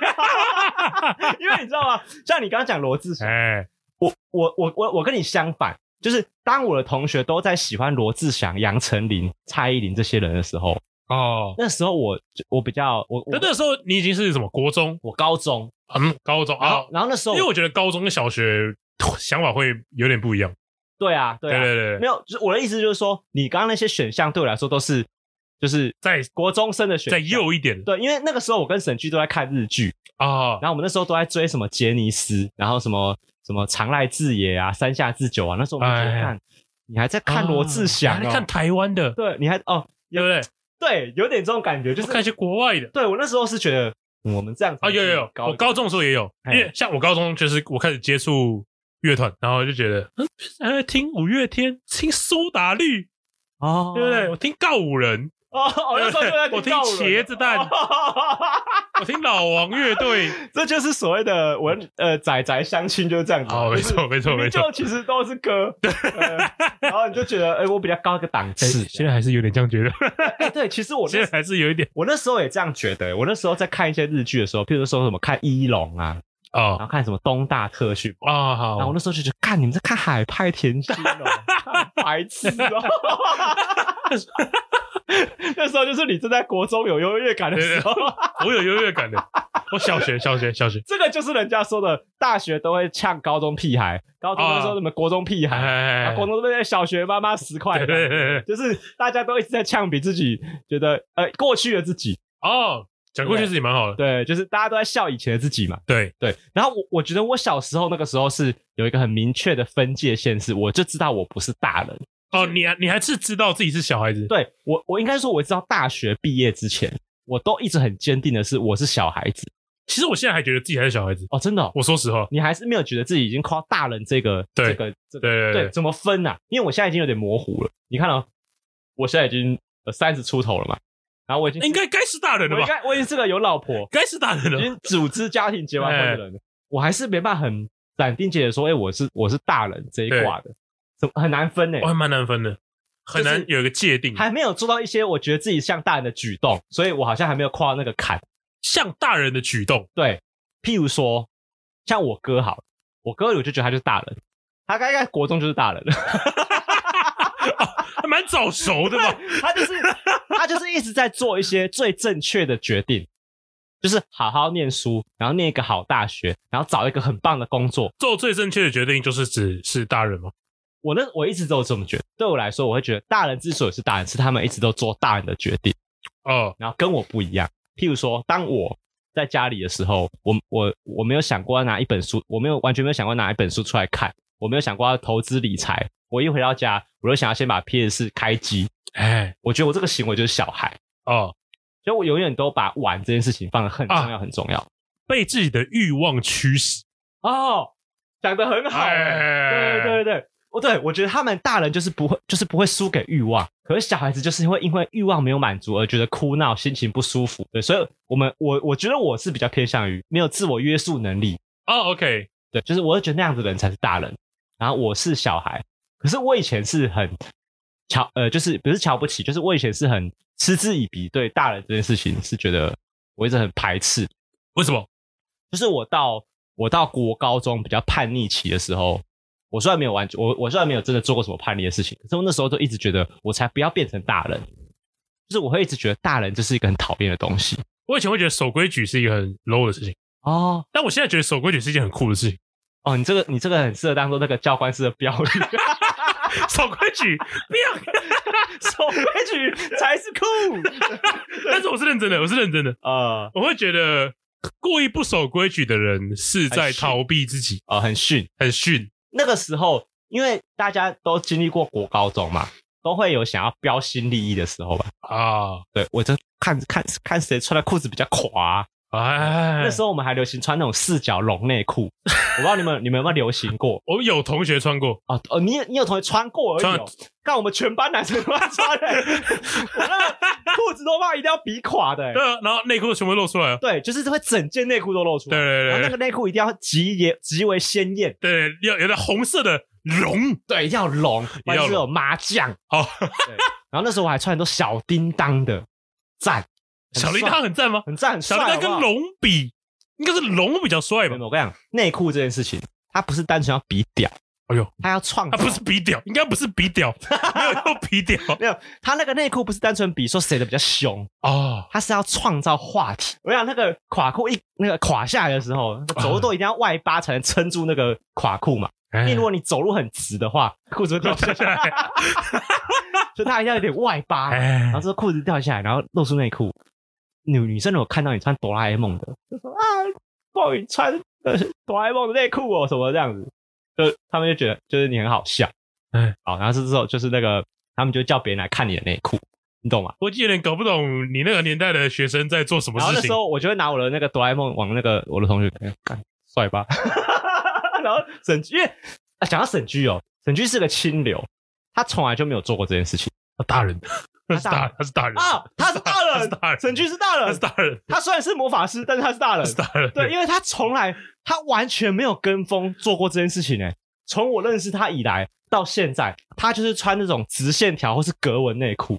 因为你知道吗？像你刚刚讲罗志祥，
哎，
我我我我我跟你相反，就是当我的同学都在喜欢罗志祥、杨丞琳、蔡依林这些人的时候，
哦，
那时候我我比较我
那
我
那时候你已经是什么国中？
我高中，
嗯，高中
然
啊
后，然后那时候
因为我觉得高中跟小学 想法会有点不一样。
对啊对
对
啊，
对对
没
对，
有，就是我的意思就是说，你刚刚那些选项对我来说都是就是
再
国中生的选
再
项，
右一点
对，因为那个时候我跟沈剧都在看日剧，
啊，
然后我们那时候都在追什么杰尼斯，然后什么什么长濑智也啊、山下智久啊，那时候我们觉得
哎
看，你还在看罗志祥
啊
哦、
你看台湾的，
对，你还哦，
对不对？
对，有点这种感觉，就
就是看一
是
些国外的
对我那时候是觉得嗯我们这样子
啊，有有有，
高
我高中的时候也有，因
哎
为像我高中就是我开始接触乐团，然后就觉得嗯，还会听五月天，听苏打绿，
哦，
对不对？我听告五人，
哦，我那时候就在
我听
告五人
茄子 蛋，我听老王乐队，
这就是所谓的文呃仔仔相亲就是这样子，
哦，没
就是
错没错
明明
没错，
就其实都是歌，呃然后你就觉得，哎、我比较高一个档
哎
次。
现在还是有点这样觉得，
哎对，其实我
现
那
在还是有一点
我那时候也这样觉得。我那时候在看一些日剧的时候，譬如说什么看《一龙》啊，然
哦
后看什么《东大特训》，
啊
然后我
好，
那时候就觉得，看你们在看海派甜心哦， 看白痴哦。 那时候就是你正在国中有优越感的时候，
我有优越感的，我小学小学小学，
这个就是人家说的，大学都会呛高中屁孩，高中都说什么国中屁
哎
孩，
哎，
啊，
哎
国中都在小学妈妈十块
对
的，
对对对，
就是大家都一直在呛比自己觉得呃过去的自己，
哦，讲过去自己蛮好的，
对，就是大家都在笑以前的自己嘛，
对，
对。然后我我觉得我小时候那个时候是有一个很明确的分界线，是我就知道我不是大人，
哦，你还你还是知道自己是小孩子，
对我我应该说我知道大学毕业之前，我都一直很坚定的是我是小孩子
其实我现在还觉得自己还是小孩子，
哦，真的哦、
我说实话，
你还是没有觉得自己已经跨大人这个
对
这个
对
这个对
对，
怎么分啊？因为我现在已经有点模糊了，你看哦，我现在已经呃三十、30出头了嘛，然后我已经
哎对，应该该是大人了
我应
吧？
该我已经是个有老婆。
该是大人
已
了，
经组织家庭结完婚的人了，我还是没办法很斩钉截铁地说，哎、我是我是大人这一挂的，怎么很难分呢、
我还蛮难分的，很难有一个界定，
还没有做到一些我觉得自己像大人的举动，所以我好像还没有跨到那个坎。
像大人的举动，
对，譬如说，像我哥好了，我哥我就觉得他就是大人，他大概国中就是大人了，
还蛮早熟的嘛，
他就是他就是一直在做一些最正确的决定，就是好好念书，然后念一个好大学，然后找一个很棒的工作，
做最正确的决定就是指是大人嘛，
我那我一直都有这么觉得。对我来说，我会觉得大人之所以是大人，是他们一直都做大人的决定，
哦，
然后跟我不一样。譬如说，当我在家里的时候，我我我没有想过要拿一本书，我没有完全没有想过拿一本书出来看，我没有想过要投资理财。我一回到家，我就想要先把 PS 开机。
哎，
我觉得我这个行为就是小孩，
哦，
所以我永远都把玩这件事情放得很重要，很重要。
被自己的欲望驱使，
哦，讲得很好、欸。对
哎，
对对，我对我觉得他们大人就是不会，就是不会输给欲望，可是小孩子就是会因为欲望没有满足而觉得哭闹，心情不舒服。对，所以我们我我觉得我是比较偏向于没有自我约束能力，
哦，OK，
对，就是我会觉得那样子的人才是大人，然后我是小孩。可是我以前是很瞧呃，就是不是瞧不起，就是我以前是很嗤之以鼻，对大人这件事情是觉得我一直很排斥。
为什么？
就是我到我到国高中比较叛逆期的时候，我虽然没有完，我我虽然没有真的做过什么叛逆的事情，可是我那时候就一直觉得，我才不要变成大人，就是我会一直觉得大人这是一个很讨厌的东西
我以前会觉得守规矩是一个很 low 的事情，
哦
但我现在觉得守规矩是一件很酷的事情。
哦，你这个你这个很适合当做那个教官式的标语，
守规矩，不要！
守规矩才是酷，
但是我是认真的，我是认真的。
呃
我会觉得故意不守规矩的人是在
很逊
逃避自己，
呃很逊。
很逊。
那个时候，因为大家都经历过国高中嘛，都会有想要标新立异的时候吧。
啊，
对我就看看看谁穿的裤子比较垮啊、
哎，
那时候我们还流行穿那种四角绒内裤，我不知道你们你们有没有流行过
我们有同学穿过，
哦？哦，你有你有同学穿过而已、哦，看我们全班男生都在穿、欸，我那个裤子都怕一定要比垮的、欸
对，啊，然后内裤全部露出来了，
对，就是会整件内裤都露出来，
对对对
然后那个内裤一定要极也极为鲜艳，
对，要有点红色的绒，
对，一定要绒，
要
不然
绒
就是有麻将。
哦，
然后那时候我还穿很多小叮当的，赞，
小铃铛很赞吗？
很赞，很
小
帅
铃铛
好不
跟
好
龙比，应该是龙比较帅吧
没有？我跟你讲，内裤这件事情，它不是单纯要比屌，
哎呦，
他要创
他
造
不是比屌，应该不是比 屌，没有用比屌
没有，他那个内裤不是单纯比说谁的比较凶，
哦，
他是要创造话题。我想那个垮裤一那个垮下来的时候，走路都一定要外八才能撑住那个垮裤嘛。
哎
因为如果你走路很直的话，裤子会掉下来，所以他一定要有点外八，
哎
然后，这个裤子掉下来，然后露出内裤。女女生如果看到你穿哆啦 A 梦的，就说啊，鲍宇穿呃哆啦 A 梦的内裤哦，什么这样子，就他们就觉得就是你很好笑，
哎，
好，然后是之后就是那个他们就叫别人来看你的内裤，你懂吗？
我有点搞不懂你那个年代的学生在做什么
然后那
事
时
情。
候我就会拿我的那个哆啦 A 梦往那个我的同学看，干帅吧。 然后沈居，因为啊，讲到沈居哦，沈居是个清流，他从来就没有做过这件事情
他大人，他是大，他是大人，
啊。他是大
他是
人，
大人，
沈居是大
他
人
是，大人，
他虽然是魔法师，但是他是大人
他是。大人，
对，因为他从来他完全没有跟风做过这件事情呢。从我认识他以来到现在，他就是穿那种直线条或是格纹内裤，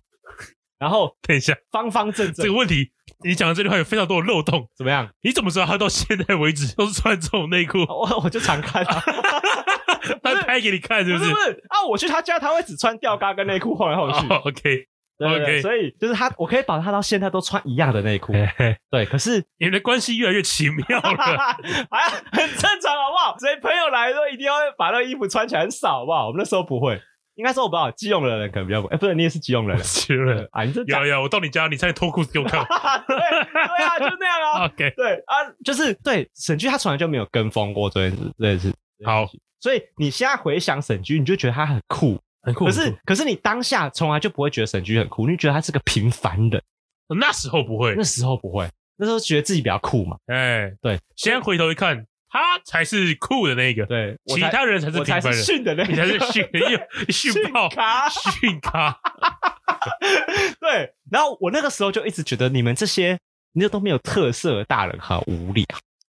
然后
等一下，
方方正
这个
正，
问题，你讲的这句话有非常多的漏洞。
怎么样？
你怎么知道他到现在为止都是穿这种内裤？
我我就常看啊。
他拍给你看是
哦不
不
是
是
不是啊！我去他家，他会只穿吊嘎跟内裤晃来晃去。
哦？OK，
对对对
OK
所以就是他，我可以保证他到现在都穿一样的内裤。
嘿嘿
对，可是
你们的关系越来越奇妙了。
啊，很正常好不好？所以朋友来说一定要把那个衣服穿起来，很少好不好？我们那时候不会，应该说我不知道，基隆的人可能比较不，哎、不是你也是基隆人啊
奇了，
啊？你这讲
有有，我到你家，你差点脱裤子给我 看。
对对啊，就那样啊。
OK，
对啊，就是对沈居，他从来就没有跟风过这件事，这件事。
好，
所以你现在回想沈居，你就觉得他很酷，
很酷。
可是可是你当下从来就不会觉得沈居很酷，你就觉得他是个平凡人。
那时候不会
那，时候不会，那时候觉得自己比较酷嘛。
哎，
对，
现在回头一看，他才是酷的那个，
对，我
其
才
他人才是
我
平
才
凡
是
人，
训的那个，
你才是 训
训
训训爆
咖。
训咖。
对，然后我那个时候就一直觉得你们这些你都没有特色的大人很无聊。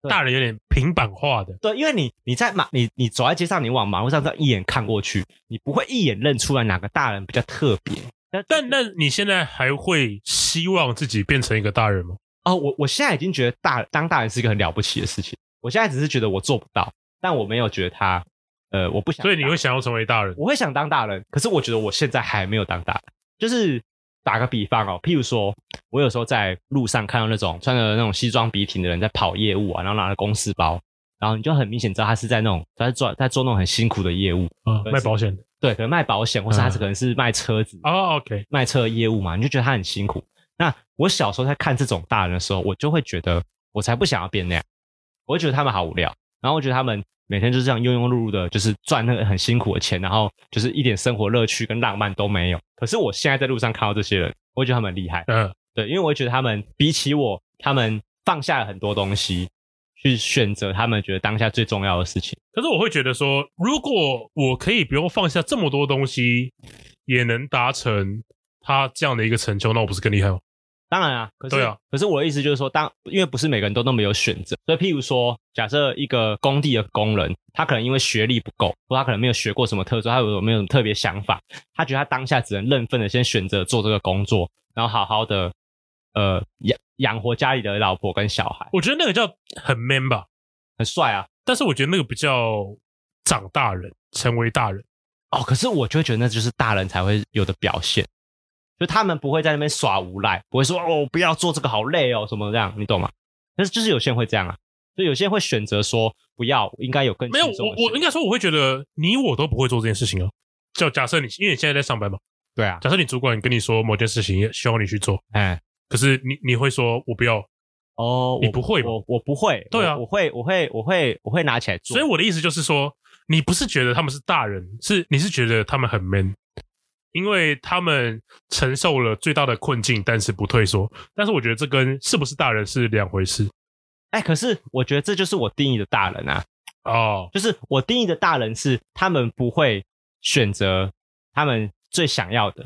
对
大人有点平板化的，
对，因为你你在马你你走在街上，你往马路上这样一眼看过去，你不会一眼认出来哪个大人比较特别。
但那你现在还会希望自己变成一个大人吗？
哦，我我现在已经觉得大当大人是一个很了不起的事情。我现在只是觉得我做不到，但我没有觉得他，呃，我不想当。
所以你会想要成为大人？
我会想当大人，可是我觉得我现在还没有当大人。就是打个比方哦，譬如说，我有时候在路上看到那种穿着那种西装笔挺的人在跑业务啊，然后拿着公事包，然后你就很明显知道他是在那种他在做在做那种很辛苦的业务，
啊，
对
卖保险的。
对，可能卖保险，或是他可嗯能是卖车子、
哦，OK，
卖车业务嘛，你就觉得他很辛苦。那我小时候在看这种大人的时候，我就会觉得我才不想要变那样，我会觉得他们好无聊，然后我觉得他们每天就是这样庸庸碌碌的，就是赚那个很辛苦的钱，然后就是一点生活乐趣跟浪漫都没有。可是我现在在路上看到这些人，我会觉得他们很厉害，
嗯，
对，因为我会觉得他们比起我，他们放下了很多东西，去选择他们觉得当下最重要的事情。
可是我会觉得说，如果我可以不用放下这么多东西，也能达成他这样的一个成就，那我不是更厉害吗？
当然啊，可是
对啊
可是我的意思就是说，当因为不是每个人都那么有选择，所以譬如说，假设一个工地的工人，他可能因为学历不够，或他可能没有学过什么特殊，他有没有什么特别想法，他觉得他当下只能认份的先选择做这个工作，然后好好的呃养养活家里的老婆跟小孩，
我觉得那个叫很 man 吧，
很帅啊。
但是我觉得那个比较长大人，成为大人。
哦，可是我就会觉得那就是大人才会有的表现，就他们不会在那边耍无赖，不会说哦不要做这个好累哦什么这样，你懂吗？但是就是有些人会这样啊，就有些人会选择说不要，应该有更
没有，
轻松
我
的
我
选
应该说，我会觉得你我都不会做这件事情啊。就假设你，因为你现在在上班嘛，
对啊，
假设你主管跟你说某件事情，希望你去做，
哎
可是你你会说我不要，
哦，
你
我
不会吗
我我不会，
对啊
我我会我会我会我会拿起来做，
所以我的意思就是说，你不是觉得他们是大人，是你是觉得他们很 man，因为他们承受了最大的困境，但是不退缩。但是我觉得这跟是不是大人是两回事
哎，可是我觉得这就是我定义的大人啊，
哦。
就是我定义的大人是他们不会选择他们最想要的，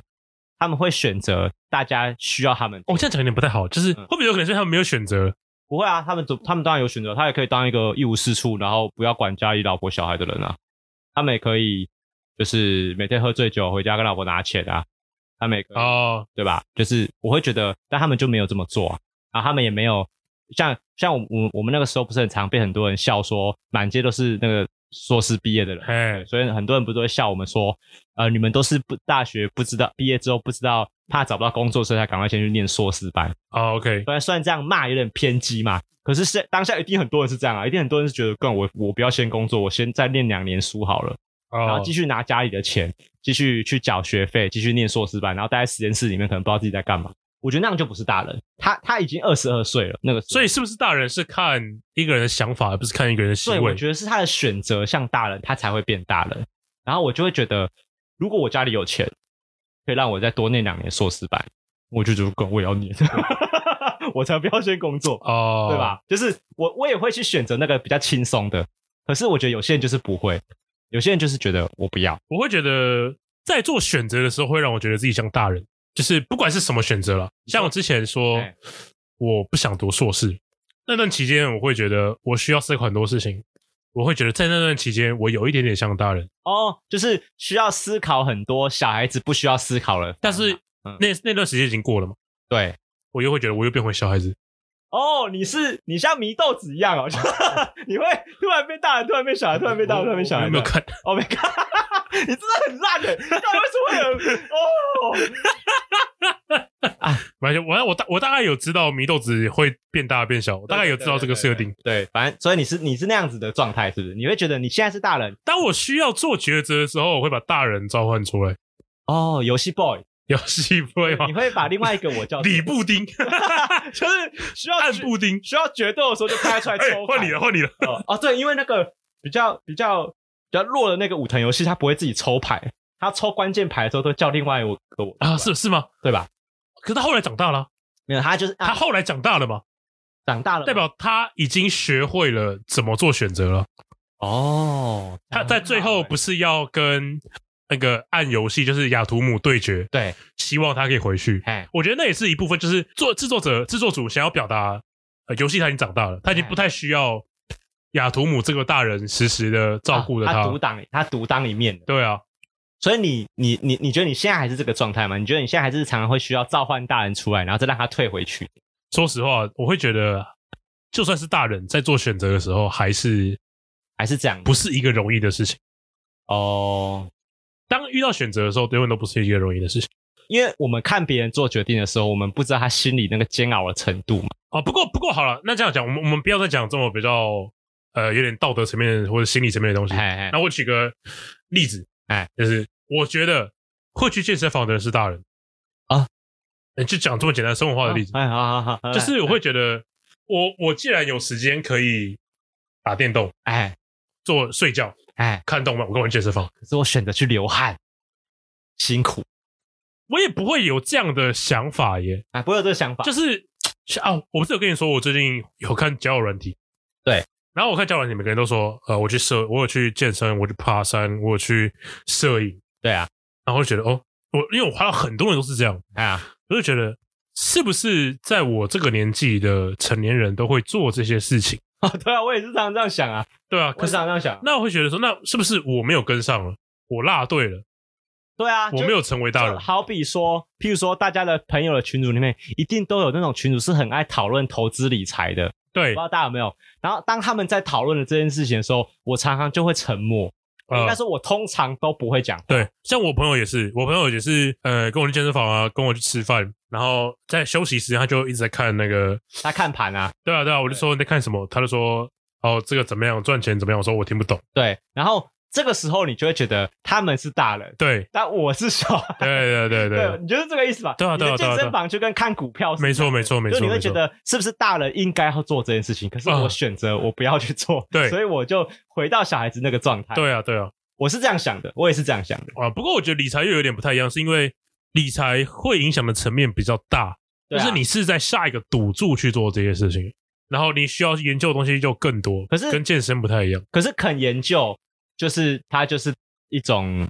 他们会选择大家需要他们
我、哦、这样讲有点不太好，就是
嗯
会不会有可能是他们没有选择？
不会啊，他们总他们当然有选择，他也可以当一个一无是处，然后不要管家里老婆小孩的人啊。他们也可以就是每天喝醉酒回家跟老婆拿钱啊，他们也可以、
哦，
对吧？就是我会觉得，但他们就没有这么做啊，啊，他们也没有像像我我我们那个时候不是很常被很多人笑说满街都是那个硕士毕业的人，
哎，
所以很多人不是都会笑我们说，呃，你们都是不大学不知道毕业之后不知道怕找不到工作，所以才赶快先去念硕士班。
好，OK，哦
虽然虽然这样骂有点偏激嘛，可是是当下一定很多人是这样啊，一定很多人是觉得，干我我不要先工作，我先再念两年书好了，然后
哦
继，续拿家里的钱，继续去缴学费，继续念硕士班，然后待在实验室里面，可能不知道自己在干嘛。我觉得那样就不是大人，他他已经二十二岁了，那个时候
所以是不是大人是看一个人的想法，而不是看一个人的
对，
行
我
为？
觉得是他的选择像大人，他才会变大人。然后我就会觉得，如果我家里有钱，可以让我再多念两年硕士班，我就觉得干我也要念， 我才不要先工作，
哦，
对？吧？就是我我也会去选择那个比较轻松的，可是我觉得有些人就是不会，有些人就是觉得我不要。
我会觉得在做选择的时候，会让我觉得自己像大人，就是不管是什么选择了，像我之前说
哎
我不想读硕士，那段期间我会觉得我需要思考很多事情，我会觉得在那段期间我有一点点像大人，
哦，就是需要思考很多小孩子不需要思考了，
但是
嗯
那那段时间已经过了嘛，
对
我又会觉得我又变回小孩子，
哦，你是你像祢豆子一样哦，就 你会突然变大人，突然变小孩，突然变大人，突然变小
我
孩。
有没有看？
？Oh my god！你 真的很烂哎，那为什么会 有？哦，
反正我我大我大概有知道祢豆子会变大变小，我大概有知道这个设定。
对，反正所以你是你是那样子的状态，是不是？你会觉得你现在是大人
当我需要做抉择的时候，我会把大人召唤出来。
哦，游戏 boy，
游 戏不会吗
你？会把另外一个我叫
李布 丁、
就是需要
暗
决
布丁，
需要决斗的时候就拍出来
哎，
抽
换你了，
了
换你了。
哦哦，对，因为那个比较比较比较弱的那个武藤游戏，他不会自己抽牌，他抽关键牌的时候都叫另外一个我
啊，是是吗？
对吧？
可是他后来长大了，
没有，他就是嗯
他
他
后来长大了嘛，
长大了，
代表他已经学会了怎么做选择了。
哦，
他在最后不是要跟那个暗游戏，就是雅图姆对决，
对，
希望他可以回去。
哎，
我觉得那也是一部分，就是做制作者、制作组想要表达，呃，游戏他已经长大了，他已经不太需要雅图姆这个大人实时的照顾着
啊他
他。
独当他独当一面的。
对啊，
所以你你你你觉得你现在还是这个状态吗？你觉得你现在还是常常会需要召唤大人出来，然后再让他退回去？
说实话，我会觉得，就算是大人在做选择的时候，还是
还是这样？
不是一个容易的事情。
哦，
当遇到选择的时候，永远都不是一个容易的事情
因为我们看别人做决定的时候，我们不知道他心里那个煎熬的程度嘛。
啊。不过，不过好了，那这样讲，我们我们不要再讲这么比较呃有点道德层面或者心理层面的东西。
哎哎
那我举个例子，
哎，
就是我觉得会去健身房的人是大人
啊，
呃就讲这么简单生活化的例子，
哎，好好好，
就是我会觉得，我我既然有时间可以打电动、
哎
做睡觉、
哎，
看动漫，我干嘛去健身房？
可是我选择去流汗，辛苦
我也不会有这样的想法耶。
啊，不会有这个想法，
就是是啊，我不是有跟你说，我最近有看交友软体，
对。
然后我看交友软体，每个人都说，呃，我去摄，我有去健身，我去爬山，我有去摄影，
对啊，
然后我就觉得，哦，我因为我看到很多人都是这样，
啊，
我就觉得，是不是在我这个年纪的成年人都会做这些事情？
哦，对啊，我 也是常常这样想啊，
对啊，
我也
可
是
是
常常这样想，
那我会觉得说，那是不是我没有跟上了？我落队了，
对啊，
我
就
没有成为大
就
人。
好比说，譬如说，大家的朋友的群组里面，一定都有那种群主是很爱讨论投资理财的，不
对
知，道大家有没有？然后当他们在讨论的这件事情的时候，我常常就会沉默，应
呃
该，说我通常都不会讲。
对，像我朋友也是，我朋友也是，呃，跟我去健身房啊，跟我去吃饭，然后在休息时间他就一直在看那个，
他看盘啊，
对啊对啊，我就说你在看什么，他就说哦这个怎么样赚钱怎么样，我说我听不懂，
对，然后这个时候你就会觉得他们是大人，
对
但我是小孩。
对对对对，
你就是这个意思吧？
对啊
你的
对啊对啊
健
对啊
身房就跟看股票是一
没
样
错
的
没错没错，
就你会
没错
觉得是不是大人应该要做这件事情，可是
啊
我选择我不要去做，
对
所以我就回到小孩子那个状态。
对啊对啊
我是这样想的，我也是这样想的。
啊，不过我觉得理财又有点不太一样，是因为理财会影响的层面比较大，
对
就
啊
是你是在下一个赌注去做这些事情。然后你需要研究的东西就更多，
可是
跟健身不太一样。
可是肯研究，就是他就是一种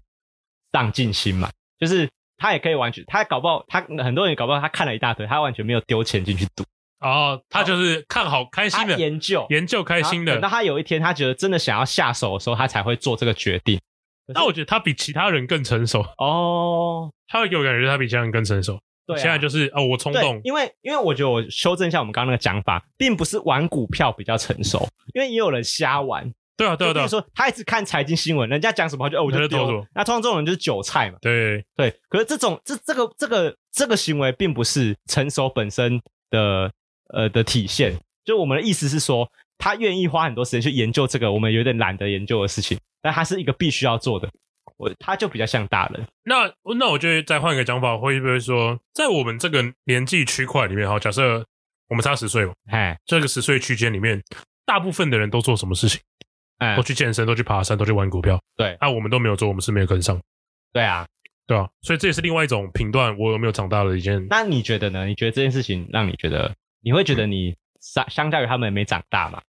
上进心嘛，就是他也可以完全，他搞不好他很多人搞不好他看了一大堆，他完全没有丢钱进去赌，
哦，他就是看好开
他
心的，
研究
研究开心的
那，他有一天他觉得真的想要下手的时候，他才会做这个决定。
那我觉得他比其他人更成熟，
哦，
他会给我感觉他比其他人更成熟。
对啊、
现在就是哦，我冲
对
动，，
因为因为我觉得我修正一下我们刚刚那个讲法，并不是玩股票比较成熟，因为也有人瞎玩，
对啊，对啊，对
就比
啊
如，说他一直看财经新闻，人家讲什么他就哦我
他
就
就投什
丢
么，
那通常这种人就是韭菜嘛。
对，
对，可是这种这这个这个这个行为并不是成熟本身的呃的体现，就我们的意思是说，他愿意花很多时间去研究这个我们有点懒得研究的事情，但他是一个必须要做的，我他就比较像大人，
那那我就再换一个讲法，会不会说，在我们这个年纪区块里面，哈，假设我们差十岁嘛，
哎
这个十岁区间里面，大部分的人都做什么事情？
哎
都，去健身，都去爬山，都去玩股票。啊
对
那、我们都没有做，我们是没有跟上，
对啊，
对啊，所以这也是另外一种评断我有没有长大的一件。
那你觉得呢？你觉得这件事情让你觉得你会觉得你相相较于他们没长大嘛？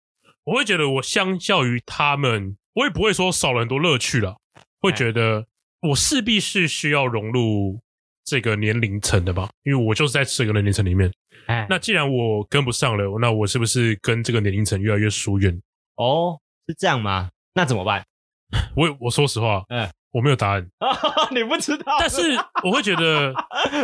我会觉得我相较于他们，我也不会说少了很多乐趣了，会
哎
觉得我势必是需要融入这个年龄层的吧，因为我就是在这个年龄层里面。
哎，
那既然我跟不上了，那我是不是跟这个年龄层越来越疏远？
哦是这样吗？那怎么办？
我我说实话，
嗯
我没有答案，
你不知道，
但是我会觉 得。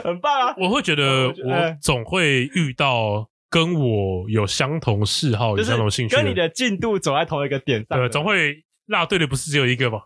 很棒啊，
我会觉得
哎
我总会遇到跟我有相同嗜好、有
就
相同兴趣
是跟你
人，
的进度走在同一个点上的
对，
人，
总会落队的不是只有一个吧？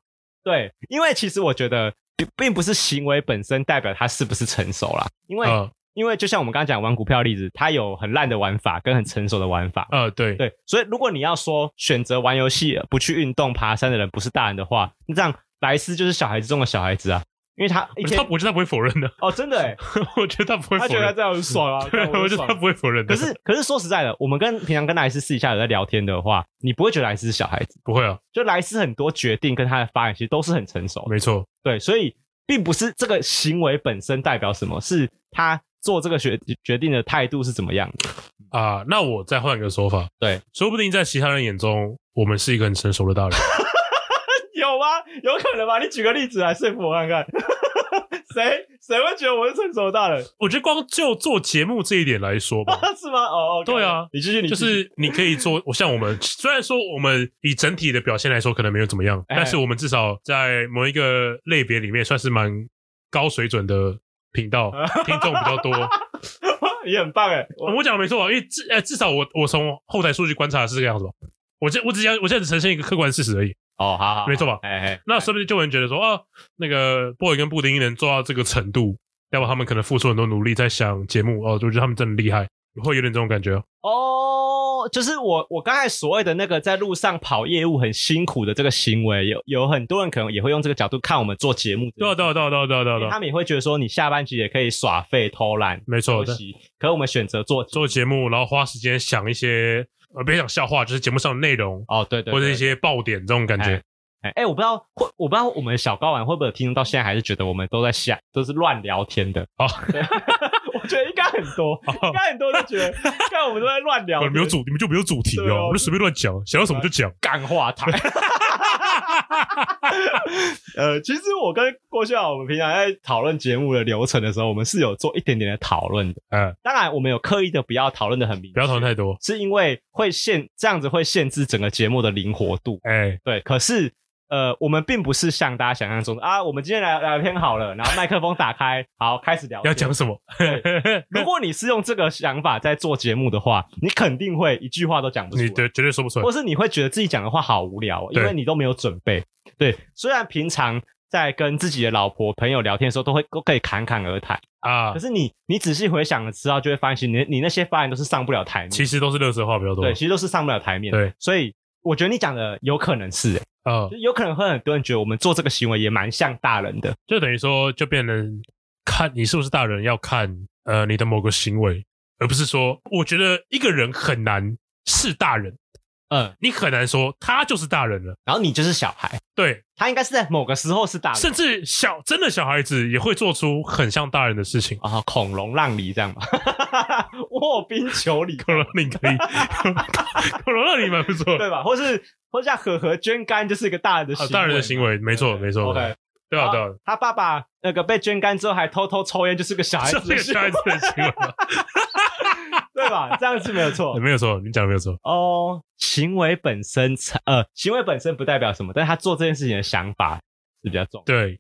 对，因为其实我觉得并并不是行为本身代表他是不是成熟啦，因为、
呃
因为就像我们刚刚讲玩股票的例子，它有很烂的玩法跟很成熟的玩法。
呃，对，
对，所以如果你要说选择玩游戏不去运动、爬山的人不是大人的话，那这样莱斯就是小孩子中的小孩子啊，因为他一
我觉得
天
他我觉得他不会否认的，
哦，真的欸，
我觉得他不会
他
否
觉得
认，
这样很爽啊，这
对
样，
我觉
很
得
爽
他不会否认的，
可是可是说实在的，我们跟平常跟莱斯私底下有在聊天的话，你不会觉得莱斯是小孩子，
不会啊，
就莱斯很多决定跟他的发言其实都是很成熟的。
没错，
对，所以并不是这个行为本身代表什么，是他做这个决决定的态度是怎么样的。
啊、那我再换一个说法，
嗯对，
说不定在其他人眼中，我们是一个很成熟的大 人，
有吗？有可能吗？你举个例子来说服我看 看。谁谁会觉得我是成熟大人？
我觉得光就做节目这一点来说 吧，
是吗？哦哦，
对啊
你继续，你
就
继续
是你可以做，我像我们虽然说我们以整体的表现来说可能没有怎么样，
哎
但是我们至少在某一个类别里面算是蛮高水准的频 道，听众比较多。
你很棒哎，我
我讲的没错吧，因为至呃至少我我从后台数据观察是这个样子吧。我这我只想我现在只呈现一个客观事实而已，
哦，好好
没错吧？
哎哎，
那说不定就有人觉得说啊，那个 boy 跟布丁能做到这个程度，代表他们可能付出很多努力在想节目哦，我觉得他们真的厉害，会有点这种感觉哦。
哦，就是我我刚才所谓的那个在路上跑业务很辛苦的这个行为，有有很多人可能也会用这个角度看我们做节目这件事情，
对啊，对啊，对啊，对啊，对啊，对啊
因
对
为
啊，
他们也会觉得说你下班其实也可以耍废、偷懒、
没错
休
的。
息，可我们选择做
做节目，然后花时间想一些呃，别讲笑话，就是节目上的内容
哦，对对
或者一些爆点这种感觉
哎。哎、哎我不知道会，我不知道我们小高玩会不会有听众到现在还是觉得我们都在下都是乱聊天的
哦
对 我觉得应该很多，应该很多都觉得，看我们都在乱聊
我
天，
们呃没有主，你们就没有主题
对
哦，
哦
我们就随便乱讲，想到什么就讲。
干话台。呃，其实我跟郭秀，我们平常在讨论节目的流程的时候，我们是有做一点点的讨论的。
嗯，
当然，我们有刻意的不要讨论的很明，
不要讨论太多。
是因为会限这样子会限制整个节目的灵活度。
哎，
对，可是呃，我们并不是像大家想象中的啊，我们今天来聊天好了，然后麦克风打开，好开始聊天。
要讲什么？
如果你是用这个想法在做节目的话，你肯定会一句话都讲不出
你
来，
绝绝对说不出来
或。是你会觉得自己讲的话好无聊哦，因
对
为你都没有准备。对，虽然平常。在跟自己的老婆朋友聊天的时候，都会都可以侃侃而谈。
啊
可，是你你仔细回想了之后，就会发现你你那些发言都是上不了台面。
其实都是乐色话比较多
对，。其实都是上不了台面。
对，
所以我觉得你讲的有可能是、欸，
啊
就，有可能会很多人觉得我们做这个行为也蛮像大人的。
就等于说，就变成看你是不是大人，要看呃你的某个行为，而不是说，我觉得一个人很难是大人，
嗯，
你很难说他就是大人了。
然后你就是小孩，
对，
他应该是在某个时候是大人
甚至小真的小孩子也会做出很像大人的事情。
啊、恐龙让梨这样吧， 卧冰求鲤，
恐龙你可以，恐龙让你蛮不错的，
对吧？或是或是像呵呵捐肝就是一个大人的行
啊
为，
大人的行为，没错
对
没错，
OK，
对啊对啊，
他爸爸那个被捐肝之后还偷偷抽烟，就是个小孩
这
子
是个
的行
小孩
为，
子的行为，
对吧？这样是没有 错
没有错，你讲的没有错，
哦。行为本身才呃，行为本身不代表什么，但是他做这件事情的想法是比较重要的。
对，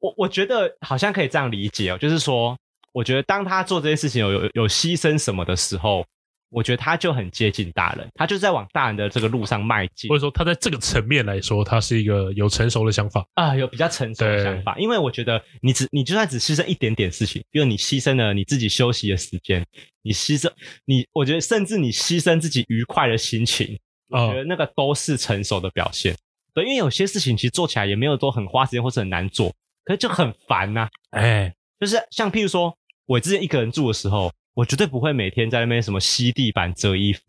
我我觉得好像可以这样理解哦，就是说，我觉得当他做这件事情有有有牺牲什么的时候，我觉得他就很接近大人，他就是在往大人的这个路上迈进
或者说他在这个层面来说，他是一个有成熟的想法。
啊，有比较成熟的
对
想法。因为我觉得你只你就算只牺牲一点点事情，比如你牺牲了你自己休息的时间，你牺牲你，我觉得甚至你牺牲自己愉快的心情，我
啊
觉，得那个都是成熟的表现。对，因为有些事情其实做起来也没有都很花时间或是很难做，可是就很烦啊呐、
哎，
就是像譬如说，我之前一个人住的时候，我绝对不会每天在那边什么吸地板、折衣服。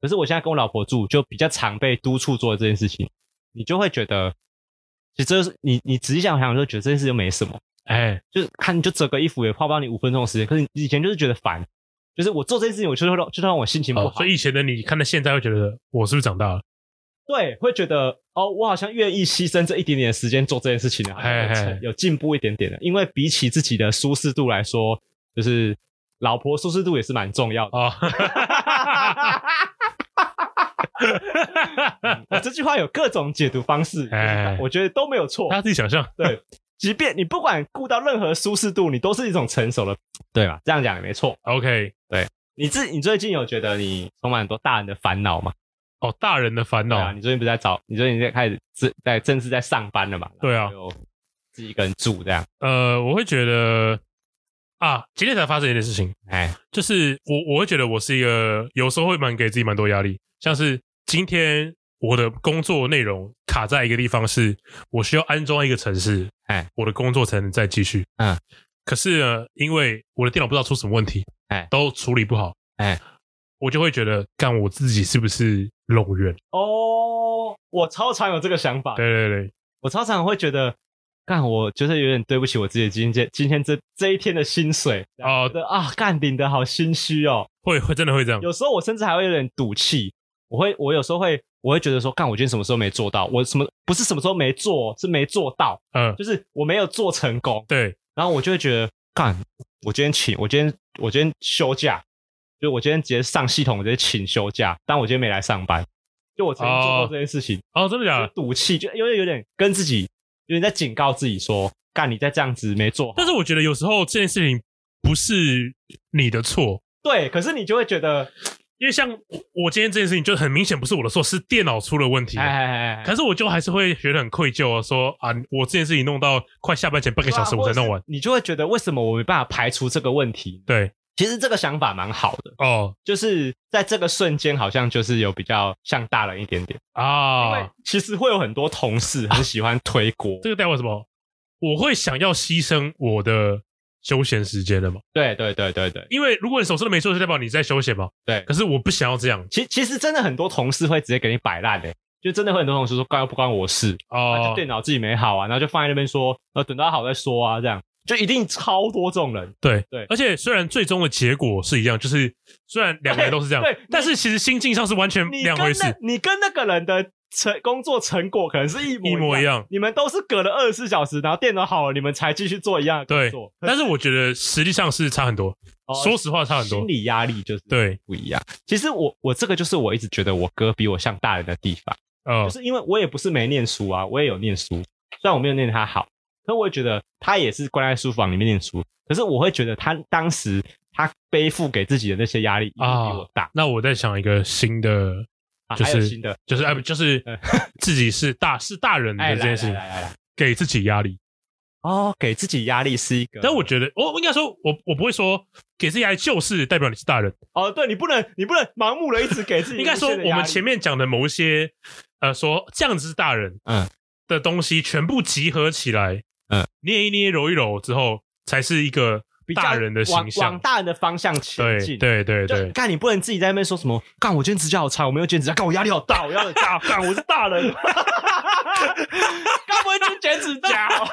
可是我现在跟我老婆住，就比较常被督促做这件事情，你就会觉得，其实这是你你仔细想想，就觉得这件事就没什么，
哎，
就是看你就折个衣服也花不到你五分钟的时间。可是你以前就是觉得烦，就是我做这件事情，我就会让就让我心情不好，
哦所以以前的你看到现在会觉得我是不是长大了？
对，会觉得哦，我好像愿意牺牲这一点点的时间做这件事情了，好像有
嘿嘿
成有进步一点点的。因为比起自己的舒适度来说，就是老婆舒适度也是蛮重要的。
哦，
我哦这句话有各种解读方式，
哎
我觉得都没有错。
他自己想象。
即便你不管顾到任何舒适度，你都是一种成熟的，对吧？这样讲也没错。
OK，
你自你最近有觉得你充满很多大人的烦恼吗？
哦，大人的烦
对啊，
恼，
你最近不是在找，你最近在开始自在正式在上班了嘛？
对啊
然后就自己一个人住这样，
呃，我会觉得啊，今天才发生一件事情，
哎，
就是我我会觉得我是一个有时候会蛮给自己蛮多压力，像是今天我的工作内容卡在一个地方是，我需要安装一个程式，
哎，
我的工作才能再继续，
嗯，
可是呢，因为我的电脑不知道出什么问题，
哎
都处理不好，
哎，
我就会觉得干我自己是不是冗员？
哦，我超常有这个想法，
对对对，
我超常会觉得，干，我觉得有点对不起我自己今天今天这这一天的薪水，
哦嗯
觉，得啊，干领的好心虚哦。
会会真的会这样，
有时候我甚至还会有点赌气，我会我有时候会我会觉得说，干，我今天什么时候没做到？我什么不是什么时候没做，是没做到，
嗯，
就是我没有做成功。
对，
然后我就会觉得，干，我今天请，我今天我今天休假，就我今天直接上系统，我直接请休假，但我今天没来上班。就我曾经做过
哦
这件事情。
哦，真的假
就
的？
赌气，就因为有点跟自己，有点在警告自己说，干你再这样子没做好。
但是我觉得有时候这件事情不是你的错，
对，可是你就会觉得，
因为像我我今天这件事情就很明显不是我的错，是电脑出了问题
哎。哎哎，
可是我就还是会觉得很愧疚，说啊，我这件事情弄到快下班前半
一
个小时我才弄完。，
你就会觉得为什么我没办法排除这个问题？
对，
其实这个想法蛮好的，
哦
啊就是在这个瞬间好像就是有比较像大人一点点。因为
啊，
其实会有很多同事很喜欢推锅，
这个代表什么？我会想要牺牲我的休闲时间的嘛？
对对对对对。
因为如果你什么事都没做，就代表你在休闲嘛。
对
可是我不想要这样
其其实真的很多同事会直接给你摆烂的，就真的会很多同事说关又不关我事，啊，就
哦。
电脑自己没好啊，然后就放在那边说，呃，等到好再说啊，这样就一定超多这种人。
对
对
而且虽然最终的结果是一样，就是虽然两个人都是这样
哎对对，
但是其实心境上是完全
你
两
跟
回事。
那，你跟那个人的成工作成果可能是一模
一模一样
你们都是隔了二十四小时，然后电脑好了，你们才继续做一样的工
对
作，，
但是我觉得实际上是差很多，
哦
说实话差很多
心。理压力就是
对，
不一样。其实我我这个就是我一直觉得我哥比我像大人的地方。
呃
就，是因为我也不是没念书啊，我也有念书，虽然我没有念他好，可我也觉得他也是关在书房里面念书，可是我会觉得他当时他背负给自己的那些压力一定比我大，
那我再想一个新的，啊
啊
就
还有
是
新的，
就是哎，不就是
嗯
自己是大是大人
哎，
的这件
来来
事情，
来来来，
给自己压力。
哦，给自己压力是一个，
但我觉得，我我应该说，我我不会说给自己压力就是代表你是大人，
哦，对你不能你不能盲目的一直给自己
应该说
无限的
我
压力
们前面讲的某一些，呃，说这样子是大人，
嗯
的东西全部集合起来，
嗯，
捏一捏揉一揉之后，才是一个
比较
大人的
往
形
往
象。
大人的方向前
对
进，。
对对
就
对，
干你不能自己在那边说什么干我今天指甲好长，我没有剪指甲，干我压力好大，我压力好大， 干我是大人，干不会去剪指甲哦，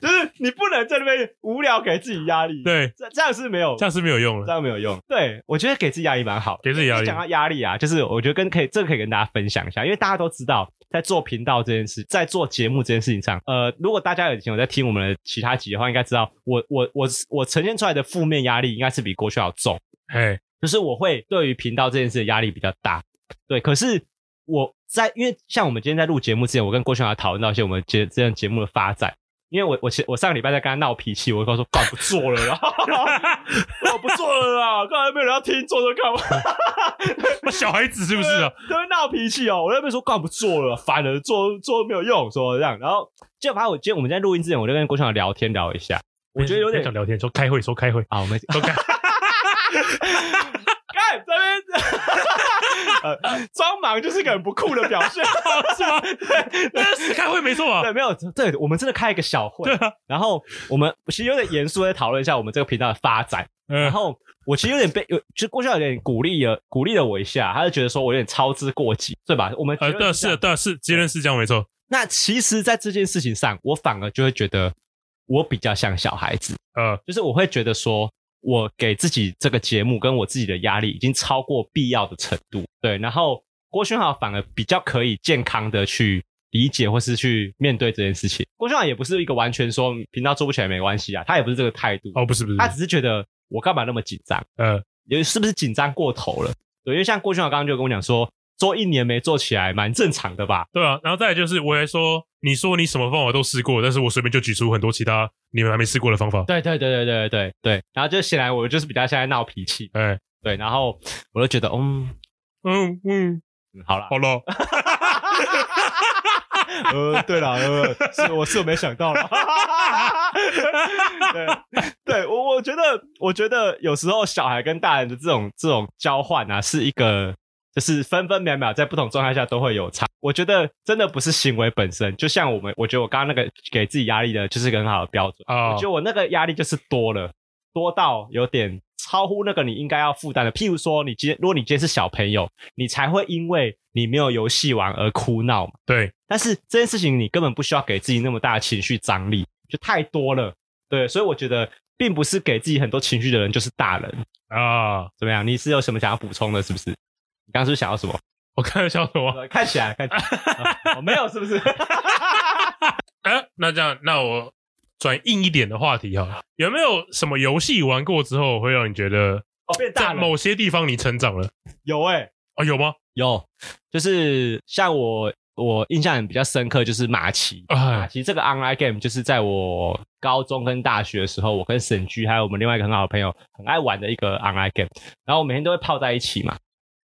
就是你不能在那边无聊给自己压力，，
对，
这这样是没有
这样是没有用
这
的。
样没有用，对我觉得给自己压力蛮好的。
给自己压
一
力
讲到压力啊，就是我觉得跟可以这个可以跟大家分享一下，因为大家都知道，在做频道这件事，在做节目这件事情上，呃，如果大家有以前有在听我们的其他集的话，应该知道我我我我呈现出来的负面压力应该是比过去要重，
哎，
就是我会对于频道这件事的压力比较大，对，可是我在因为像我们今天在录节目之前，我跟郭轩豪讨论到一些我们节这样节目的发展。因为我我前我上个礼拜在跟他闹脾气，我就跟他说干不做了 啦，我不做了啦，刚才没有人要听，做做干嘛？
那小孩子是不是啊？
都会闹脾气哦。我在那边说干不做了，烦了，做做没有用，说这样。然后就把我今天我们在录音之前，我就跟郭晓聊天聊一下， 我觉得有点
想聊天，说开会，说开会，
啊，我 们
说开，
干这边呃装忙就是个很不酷的表 现。
哦是吗？ 那是开会没错啊。
对，没有，对我们真的开一个小会，
对啊，
然后我们其实有点严肃地在讨论一下我们这个频道的发展。
嗯
然，后我其实有点被，有就郭笑有点鼓励了，鼓励了我一下，他就觉得说我有点操之过急，对吧？我们
呃，
结
对
论
啊，
这
是
样
的，对啊，是结论是这样没错。
那其实，在这件事情上，我反而就会觉得我比较像小孩子，
呃，
就是我会觉得说，我给自己这个节目跟我自己的压力已经超过必要的程度。对，然后郭勋豪反而比较可以健康的去理解或是去面对这件事情。郭勋豪也不是一个完全说频道做不起来没关系啊，他也不是这个态度，
哦，不是不是，
他只是觉得我干嘛那么紧张。
呃，
有是不是紧张过头了？对，因为像郭勋豪刚刚就跟我讲说，做一年没做起来，蛮正常的吧？
对啊。然后再来就是，我还说，你说你什么方法都试过，但是我随便就举出很多其他你们还没试过的方法。
对对对对对对对。然后就显然我就是比较现在闹脾气，
哎，
对，然后我就觉得，嗯，
嗯嗯，
嗯好啦，
好了，
呃，对了，呃，是我是我没想到了。 对，对我我觉得，我觉得有时候小孩跟大人的这种这种交换啊，是一个就是分分秒秒在不同状态下都会有差。我觉得真的不是行为本身，就像我们，我觉得我刚刚那个给自己压力的，就是一个很好的标准。
啊
我觉，得我那个压力就是多了，多到有点超乎那个你应该要负担的。譬如说，你今天如果你今天是小朋友，你才会因为你没有游戏玩而哭闹嘛。
对，
但是这件事情你根本不需要给自己那么大的情绪张力，就太多了。对，所以我觉得并不是给自己很多情绪的人就是大人。
啊，
怎么样？你是有什么想要补充的？是不是？你刚刚是不是想要什么？呃
我看到笑什哦么？
看起来，看起来，我、哦没有，是不 是？
哎，那这样，那我转硬一点的话题哈，有没有什么游戏玩过之后会让你觉得
哦，变大
在
了，
某些地方你成长了？
有哎、
哦，有吗？
有，就是像我，我印象比较深刻就是马奇。马
哎，
奇这个 online game 就是在我高中跟大学的时候，我跟沈居还有我们另外一个很好的朋友很爱玩的一个 online game，然后我每天都会泡在一起嘛。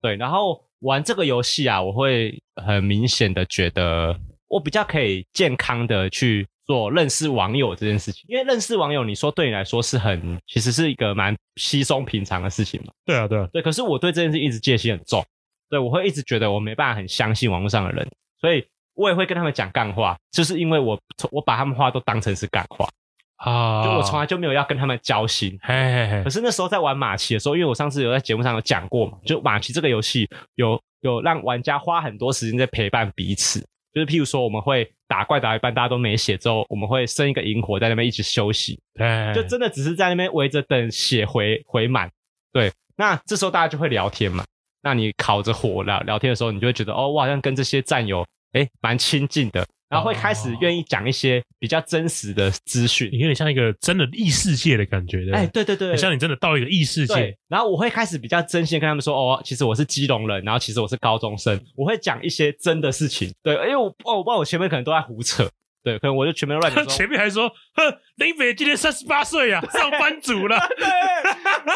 对，然后玩这个游戏啊，我会很明显的觉得我比较可以健康的去做认识网友这件事情，因为认识网友，你说对你来说是很其实是一个蛮稀松平常的事情嘛。
对啊，对啊，
对，可是我对这件事一直戒心很重，对我会一直觉得我没办法很相信网络上的人，所以我也会跟他们讲干话，就是因为我我把他们话都当成是干话，
啊，
就我从来就没有要跟他们交心。
嘿嘿
可
嘿，
是那时候在玩马奇的时候，因为我上次有在节目上有讲过嘛，就马奇这个游戏有有让玩家花很多时间在陪伴彼此，就是譬如说我们会打怪打到一半大家都没血之后，我们会生一个萤火在那边一直休息，
哎，
就真的只是在那边围着等血回回满。对，那这时候大家就会聊天嘛。那你烤着火聊聊天的时候，你就会觉得哦，我好像跟这些战友哎蛮亲近的，然后会开始愿意讲一些比较真实的资讯
你。有点像一个真的异世界的感觉的，
哦哎、对对对，
很像你真的到一个异世界
对，然后我会开始比较真心地跟他们说，哦，其实我是基隆人，然后其实我是高中生，我会讲一些真的事情。对，因为我哦，我不知道我前面可能都在胡扯，对，可能我就前面乱讲说
前面还说，哼，林北今年三十八岁 啊，上班族了。
对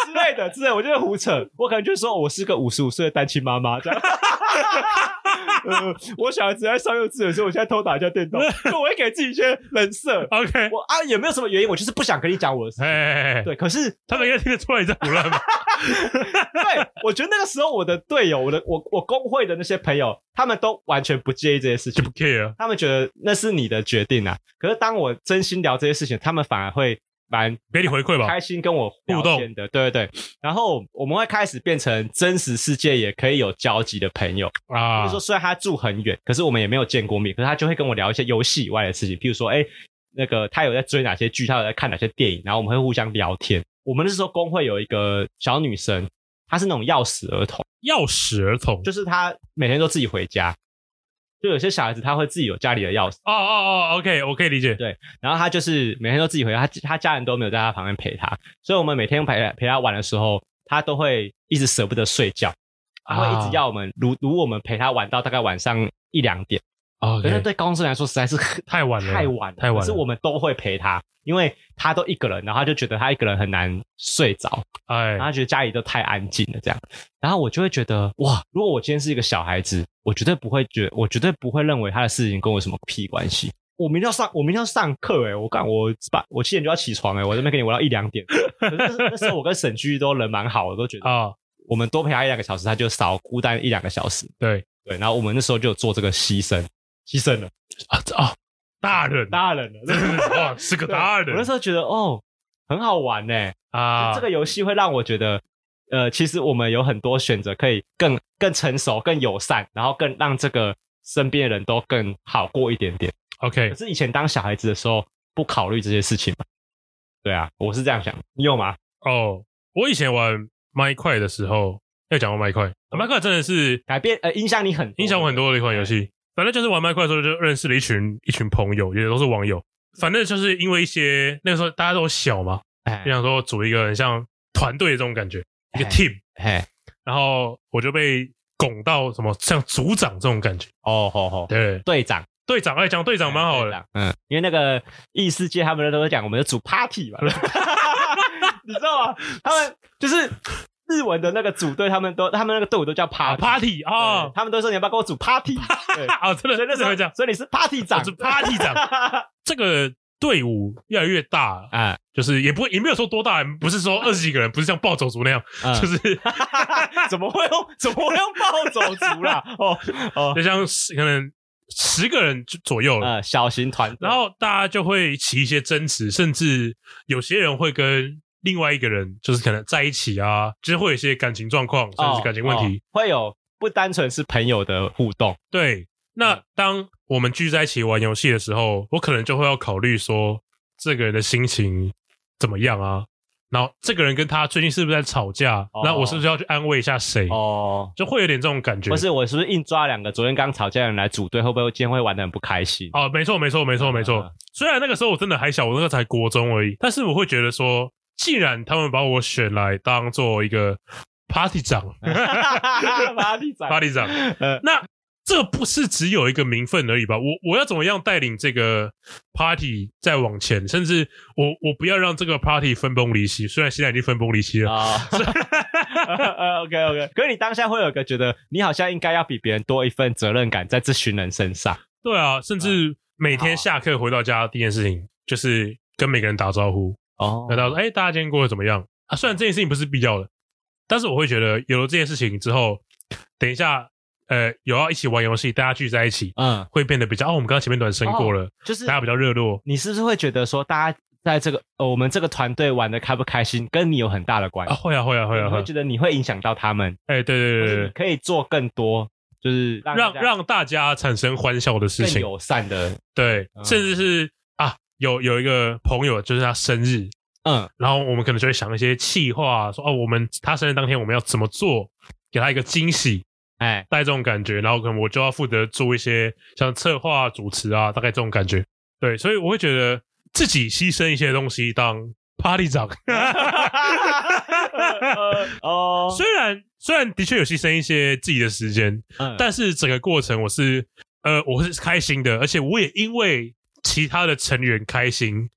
之类的之类的，我就是胡扯。我可能就说我是个五十五岁的单亲妈妈这样。 呃，我小孩子在上幼稚园的时候，我现在偷打一下电动，就我会给自己一些人设。
OK，
我啊，也没有什么原因，我就是不想跟你讲我的事。
哎，
对，可是
他们应该听得出来你在胡 乱吧？
对，我觉得那个时候我的队友，我的我我工会的那些朋友，他们都完全不介意这些事
就
情
不，care
他们觉得那是你的决定啊。可是当我真心聊这些事情，他们反而会蛮
给你回馈吧。
开心跟我聊天的，对对对。然后我们会开始变成真实世界也可以有交集的朋友。比
啊
如说，，虽然他住很远，可是我们也没有见过面，可是他就会跟我聊一些游戏以外的事情，譬如说，哎，那个他有在追哪些剧，他有在看哪些电影，然后我们会互相聊天。我们那时候工会有一个小女生，她是那种钥匙儿童，
钥匙儿童，
就是她每天都自己回家。就有些小孩子他会自己有家里的钥匙，
哦哦哦，OK，我可以理解。
然后他就是每天都自己回家，他他家人都没有在他旁边陪他，所以我们每天陪他陪他玩的时候，他都会一直舍不得睡觉，他会一直要我们如如我们陪他玩到大概晚上一两点，
啊
可是
OK，
对高中生来说实在是
太晚了，
太晚了，
太晚了
可是我们都会陪他，因为他都一个人，然后他就觉得他一个人很难睡着，
哎
然后，他觉得家里都太安静了这样。然后我就会觉得哇，如果我今天是一个小孩子，我绝对不会觉我绝对不会认为他的事情跟我有什么屁关系。我明天要上，我明天要上课哎、我干，我把我七点就要起床哎、我这边跟你玩到一两点。 可是那那时候我跟沈居都人蛮好的，我都觉得
啊，
我们多陪他一两个小时，他就少孤单一两个小时。
对
对，然后我们那时候就有做这个牺牲，牺牲了，
啊这啊，大人，
大人了，
真的是 哇，是个
对
大人
我那时候觉得哦，很好玩欸呢、
啊，
就这个游戏会让我觉得，呃，其实我们有很多选择，可以更更成熟、更友善，然后更让这个身边的人都更好过一点点。可
OK，
是以前当小孩子的时候，不考虑这些事情嘛。对啊，我是这样想，你有吗？
哦，我以前玩麦块的时候，要讲到麦块，啊麦块真的是
改变呃，影响你很，
影响我很。多的一款游
哦
戏。反正就是玩麦块的时候，就认识了一群一群朋友，也都是网友。
嗯
反正就是因为一些那个时候大家都小嘛，
哎
就想说组一个很像团队的这种感觉，一个
哎
team。
哎，
然后我就被拱到什么像组长这种感觉。
哦吼吼，
对，
队长
队长，哎，讲队长蛮好的。，
嗯，因为那个异世界他们都会讲我们的组 party 嘛， 你知道吗？他们就是日文的那个组队，他们都他们那个队伍都叫
啊
party，
，party 啊
对，他们都说你要不要跟我 组 party，对
啊，真的
所以那
真
时
的
候
会这样。
所以你是 party 长
哦 我是 party 长，这个队伍越来越大，
啊，
就是也不会也没有说多大，不是 说二十几个人，不是像暴走族那样，就
就是怎么会用怎么会用暴走族 啦？哦哦，
就像十可能十个人左右了。
呃，小型团队，
然后大家就会起一些争执，甚至有些人会跟另外一个人就是可能在一起啊，就是会有一些感情状况，甚
哦
至感情问题。
哦会有不单纯是朋友的互动，
对，
嗯
那当我们聚在一起玩游戏的时候，我可能就会要考虑说这个人的心情怎么样啊，然后这个人跟他最近是不是在吵架，
哦
那我是不是要去安慰一下谁？
哦。
就会有点这种感觉
或。是我是不是硬抓两个昨天刚吵架的人来组队，会不会今天会玩的很不 开心？
哦，没错，没错，没错，没错
嗯。
虽然那个时候我真的还小，我那个才国中而已，但是我会觉得说，既然他们把我选来当做一个 party
哎
长
party 长，
，party 长，
呃
那这不是只有一个名分而已吧？我我要怎么样带领这个 party 再往前，甚至我我不要让这个 party 分崩离析。虽然现在已经分崩离析了，
啊，OK OK，可是你当下会有一个觉得你好像应该要比别人多一份责任感在这群人身上，
对啊，甚至每
啊
天下课回到家第一件事情就是跟每个人打招呼，
哦
那到说，哎、大家今天过得怎么样啊？虽然这件事情不是必要的，但是我会觉得有了这件事情之后，等一下，呃，有要一起玩游戏，大家聚在一起，
嗯，
会变得比较哦。我们刚刚前面暖身过了，
就是
大家比较热络。
你是不是会觉得说，大家在这个、呃、我们这个团队玩的开不开心，跟你有很大的关系？
啊，会啊，会啊，会啊，
你
会
会
啊！
觉得你会影响到他们，
哎、对对
就
对对
是
对
你，可以做更多，就是让
让
大家
让大家产生欢笑的事
更
情，
友善的，
对，
嗯
甚至是啊，有有一个朋友就是他生日，
嗯，
然后我们可能就会想一些气话，说哦，我们他生日当天我们要怎么做，给他一个惊喜，
哎，
带这种感觉，然后可能我就要负责做一些像策划、主持啊，大概这种感觉，对，所以我会觉得自己牺牲一些东西当 party 长，
呃哦，
虽然虽然的确有牺牲一些自己的时间，
嗯
但是整个过程我是呃我是开心的，而且我也因为其他的成员开心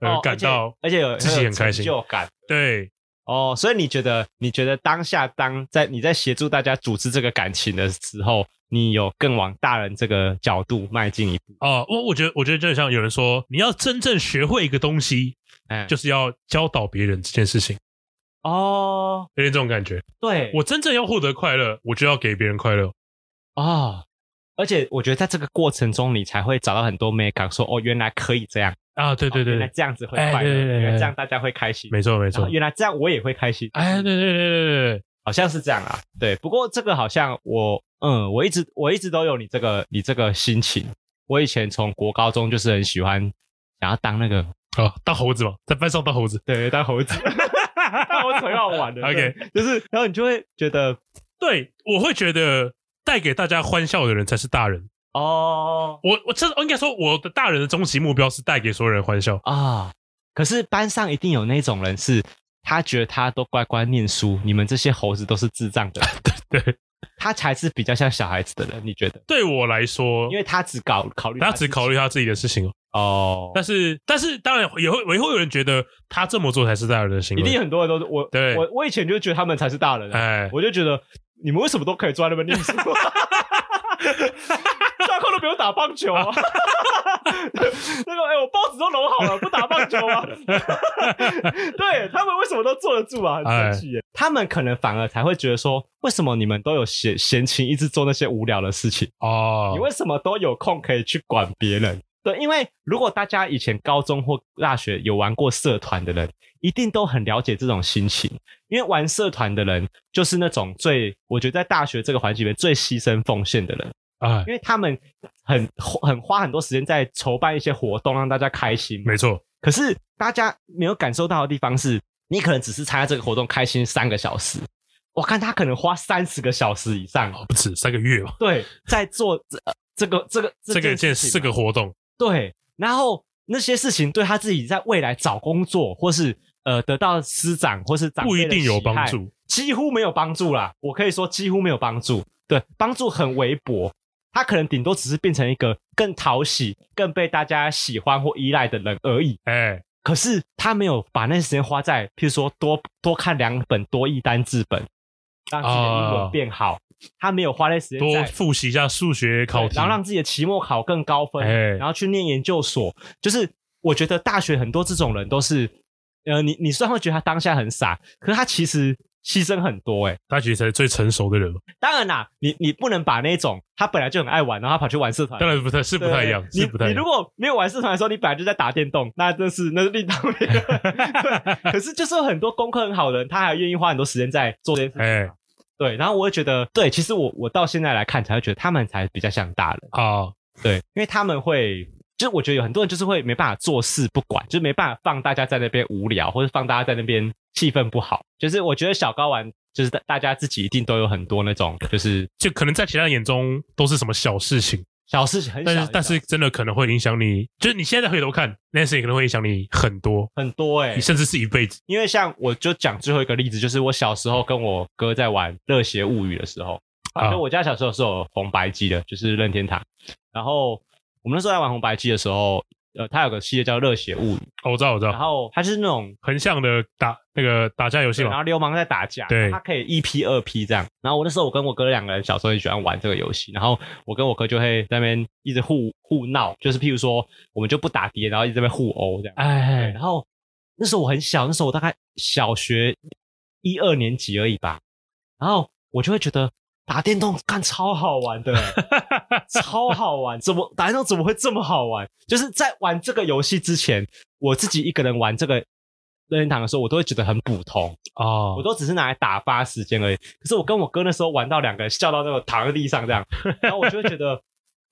而、
哦
呃感到
而且有
自己很开
有成
心
就感。
对
哦，所以你觉得，你觉得当下当在你在协助大家组织这个感情的时候，你有更往大人这个角度迈进一步，
哦、我我觉得我觉得就像有人说，你要真正学会一个东西，
哎，
就是要教导别人这件事情，
哦，
有点这种感觉。
对，
我真正要获得快乐，我就要给别人快乐。
哦，而且我觉得在这个过程中，你才会找到很多美感，说哦，原来可以这样，
啊，对对
哦
对
原来
对，
这样子会
哎
快乐，
对对对对
原来这样大家会开心，
没错没
然
错
后。原来这样我也会开心，
哎，对对对对对，
好像是这样啊，对。不过这个好像我，嗯，我一直我一直都有你这个你这个心情。我以前从国高中就是很喜欢想要当那个
哦，当猴子嘛，在班上当猴子。
对当猴子， 当猴子很好玩的。
OK
对就是然后你就会觉得
对，我会觉得带给大家欢笑的人才是大人。
哦
我我这应该说，我的大人的终极目标是带给所有人欢笑。
啊，可是班上一定有那种人是。他觉得他都乖乖念书，你们这些猴子都是智障的。
对，
他才是比较像小孩子的人，你觉得？
对我来说
因，为他只搞考虑
哦他
自己，
只考虑他自己的事情哦。
哦，
但是，但是当然也会也会有人觉得他这么做才是大人的行
一定
为。
很多人都是我，
对
我我以前就觉得他们才是大人、啊，
哎，
我就觉得你们为什么都可以坐在那边念书、啊？上课都不用打棒球啊！那个，哎、我报纸都揉好了，不打棒球啊！对他们为什么都坐得住啊？很
哎
神奇耶！他们可能反而才会觉得说，为什么你们都有闲闲情一直做那些无聊的事情？
哦
你，为什么都有空可以去管别人？对，因为如果大家以前高中或大学有玩过社团的人，一定都很了解这种心情，因为玩社团的人就是那种最，我觉得在大学这个环境里面最牺牲奉献的人，
哎，
因为他们很很花很多时间在筹办一些活动，让大家开心。
没错，
可是大家没有感受到的地方是，你可能只是参加这个活动开心三个小时，我看他可能花三十个小时以上，啊
哦不止三个月吧，
对，在做这呃这个这个
这个件
事情啊
四个活动，
对，然后那些事情对他自己在未来找工作，或是呃得到师长或是长辈
不一
的
定有
喜
帮
爱，
助。
几乎没有帮助啦。我可以说几乎没有帮助，对，帮助很微薄。他可能顶多只是变成一个更讨喜、更被大家喜欢或依赖的人而已。
哎，
可是他没有把那时间花在，譬如说多多看两本多义单字本，让自己的英
哦
文变好。他没有花那时间
多
在
复习一下数学考
对
题，
然后让自己的期末考更高分，
哎
然后去念研究所。就是我觉得大学很多这种人都是，呃，你你虽然会觉得他当下很傻，可是他其实牺牲很多、欸。哎，
他其实才是最成熟的人哦嘛。
当然啦，你你不能把那种他本来就很爱玩，然后他跑去玩社团。
当然不太是不
对
太一样，
你
是不太
你
一
如
样。
果没有玩社团的时候，你本来就在打电动，那真是那是另当别论。 对可是就是有很多功课很好的人，他还愿意花很多时间在做这件事情。
哎，
对，然后我会觉得，对，其实我我到现在来看，才会觉得他们才比较像大人。
好，
对，因为他们会，就是我觉得有很多人就是会没办法做事不管，就是没办法放大家在那边无聊，或者放大家在那边气氛不好。就是我觉得小高玩，就是大大家自己一定都有很多那种，就是
就可能在其他人眼中都是什么小事情，
小事情很小
但是但是真的可能会影响你，就是你现在回头看那件事情，可能会影响你很多，
很多哎、
你甚至是一辈子。
因为像我就讲最后一个例子，就是我小时候跟我哥在玩《热血物语》的时候，
啊
啊，就我家小时候是有红白机的，就是任天堂。然后我们那时候在玩红白机的时候，呃，它有个系列叫《热血物语》，
哦，我知道，我知
然
道，
后它就是那种
横向的打那个打架游戏
对，然
嘛，
后流氓在打架，
对
他可以一 P 二 P 这样。然后我那时候我跟我哥两个人小时候也喜欢玩这个游戏，然后我跟我哥就会在那边一直互互闹，就是譬如说我们就不打敌人，然后一直在那边互殴这样。对
哎，
然后那时候我很小，那时候我大概小学一二年级而已吧，然后我就会觉得打电动干超好 玩的，超好玩，怎么打电动怎么会这么好玩？就是在玩这个游戏之前，我自己一个人玩这个。任天堂的时候，我都会觉得很普通，我
哦，
都只是拿来打发时间而已。可是我跟我哥那时候玩到两个人笑到那个躺在地上这样，然后我就会觉得，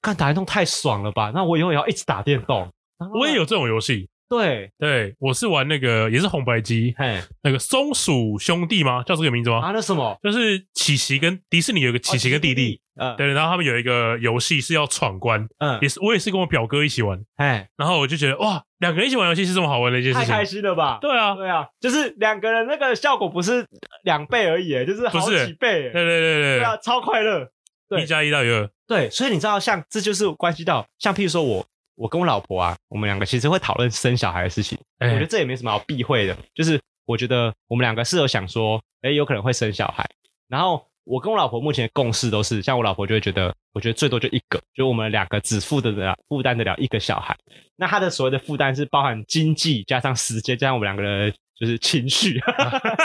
看打电动太爽了吧？那我以后也要一直打电动。然后
我也有这种游戏，
对，
对我是玩那个也是红白机
嘿，
那个松鼠兄弟吗？叫这个名字吗？
啊，哦那什么，
就是琪琪跟迪士尼有一个琪琪跟弟弟，，
嗯
对，然后他们有一个游戏是要闯关，
嗯
也，是我也是跟我表哥一起玩，
哎，
然后我就觉得哇，两个人一起玩游戏是这么好玩的一件事
太
情，
开心了吧？
对啊，
对啊，就是两个人那个效果不是两倍而已，欸就是好
不是
几倍，
对对对
对
对
啊，超快乐。
对，
对
一加一大于二，
对，所以你知道，像这就是关系到，像譬如说我，我跟我老婆啊，我们两个其实会讨论生小孩的事情，我觉得
哎，
这也没什么好避讳的，就是我觉得我们两个是有想说，哎，有可能会生小孩，然后。我跟我老婆目前的共识都是，像我老婆就会觉得，我觉得最多就一个，就我们两个只负得了负担得了一个小孩。那她的所谓的负担是包含经济，加上时间，加上我们两个人的就是情绪，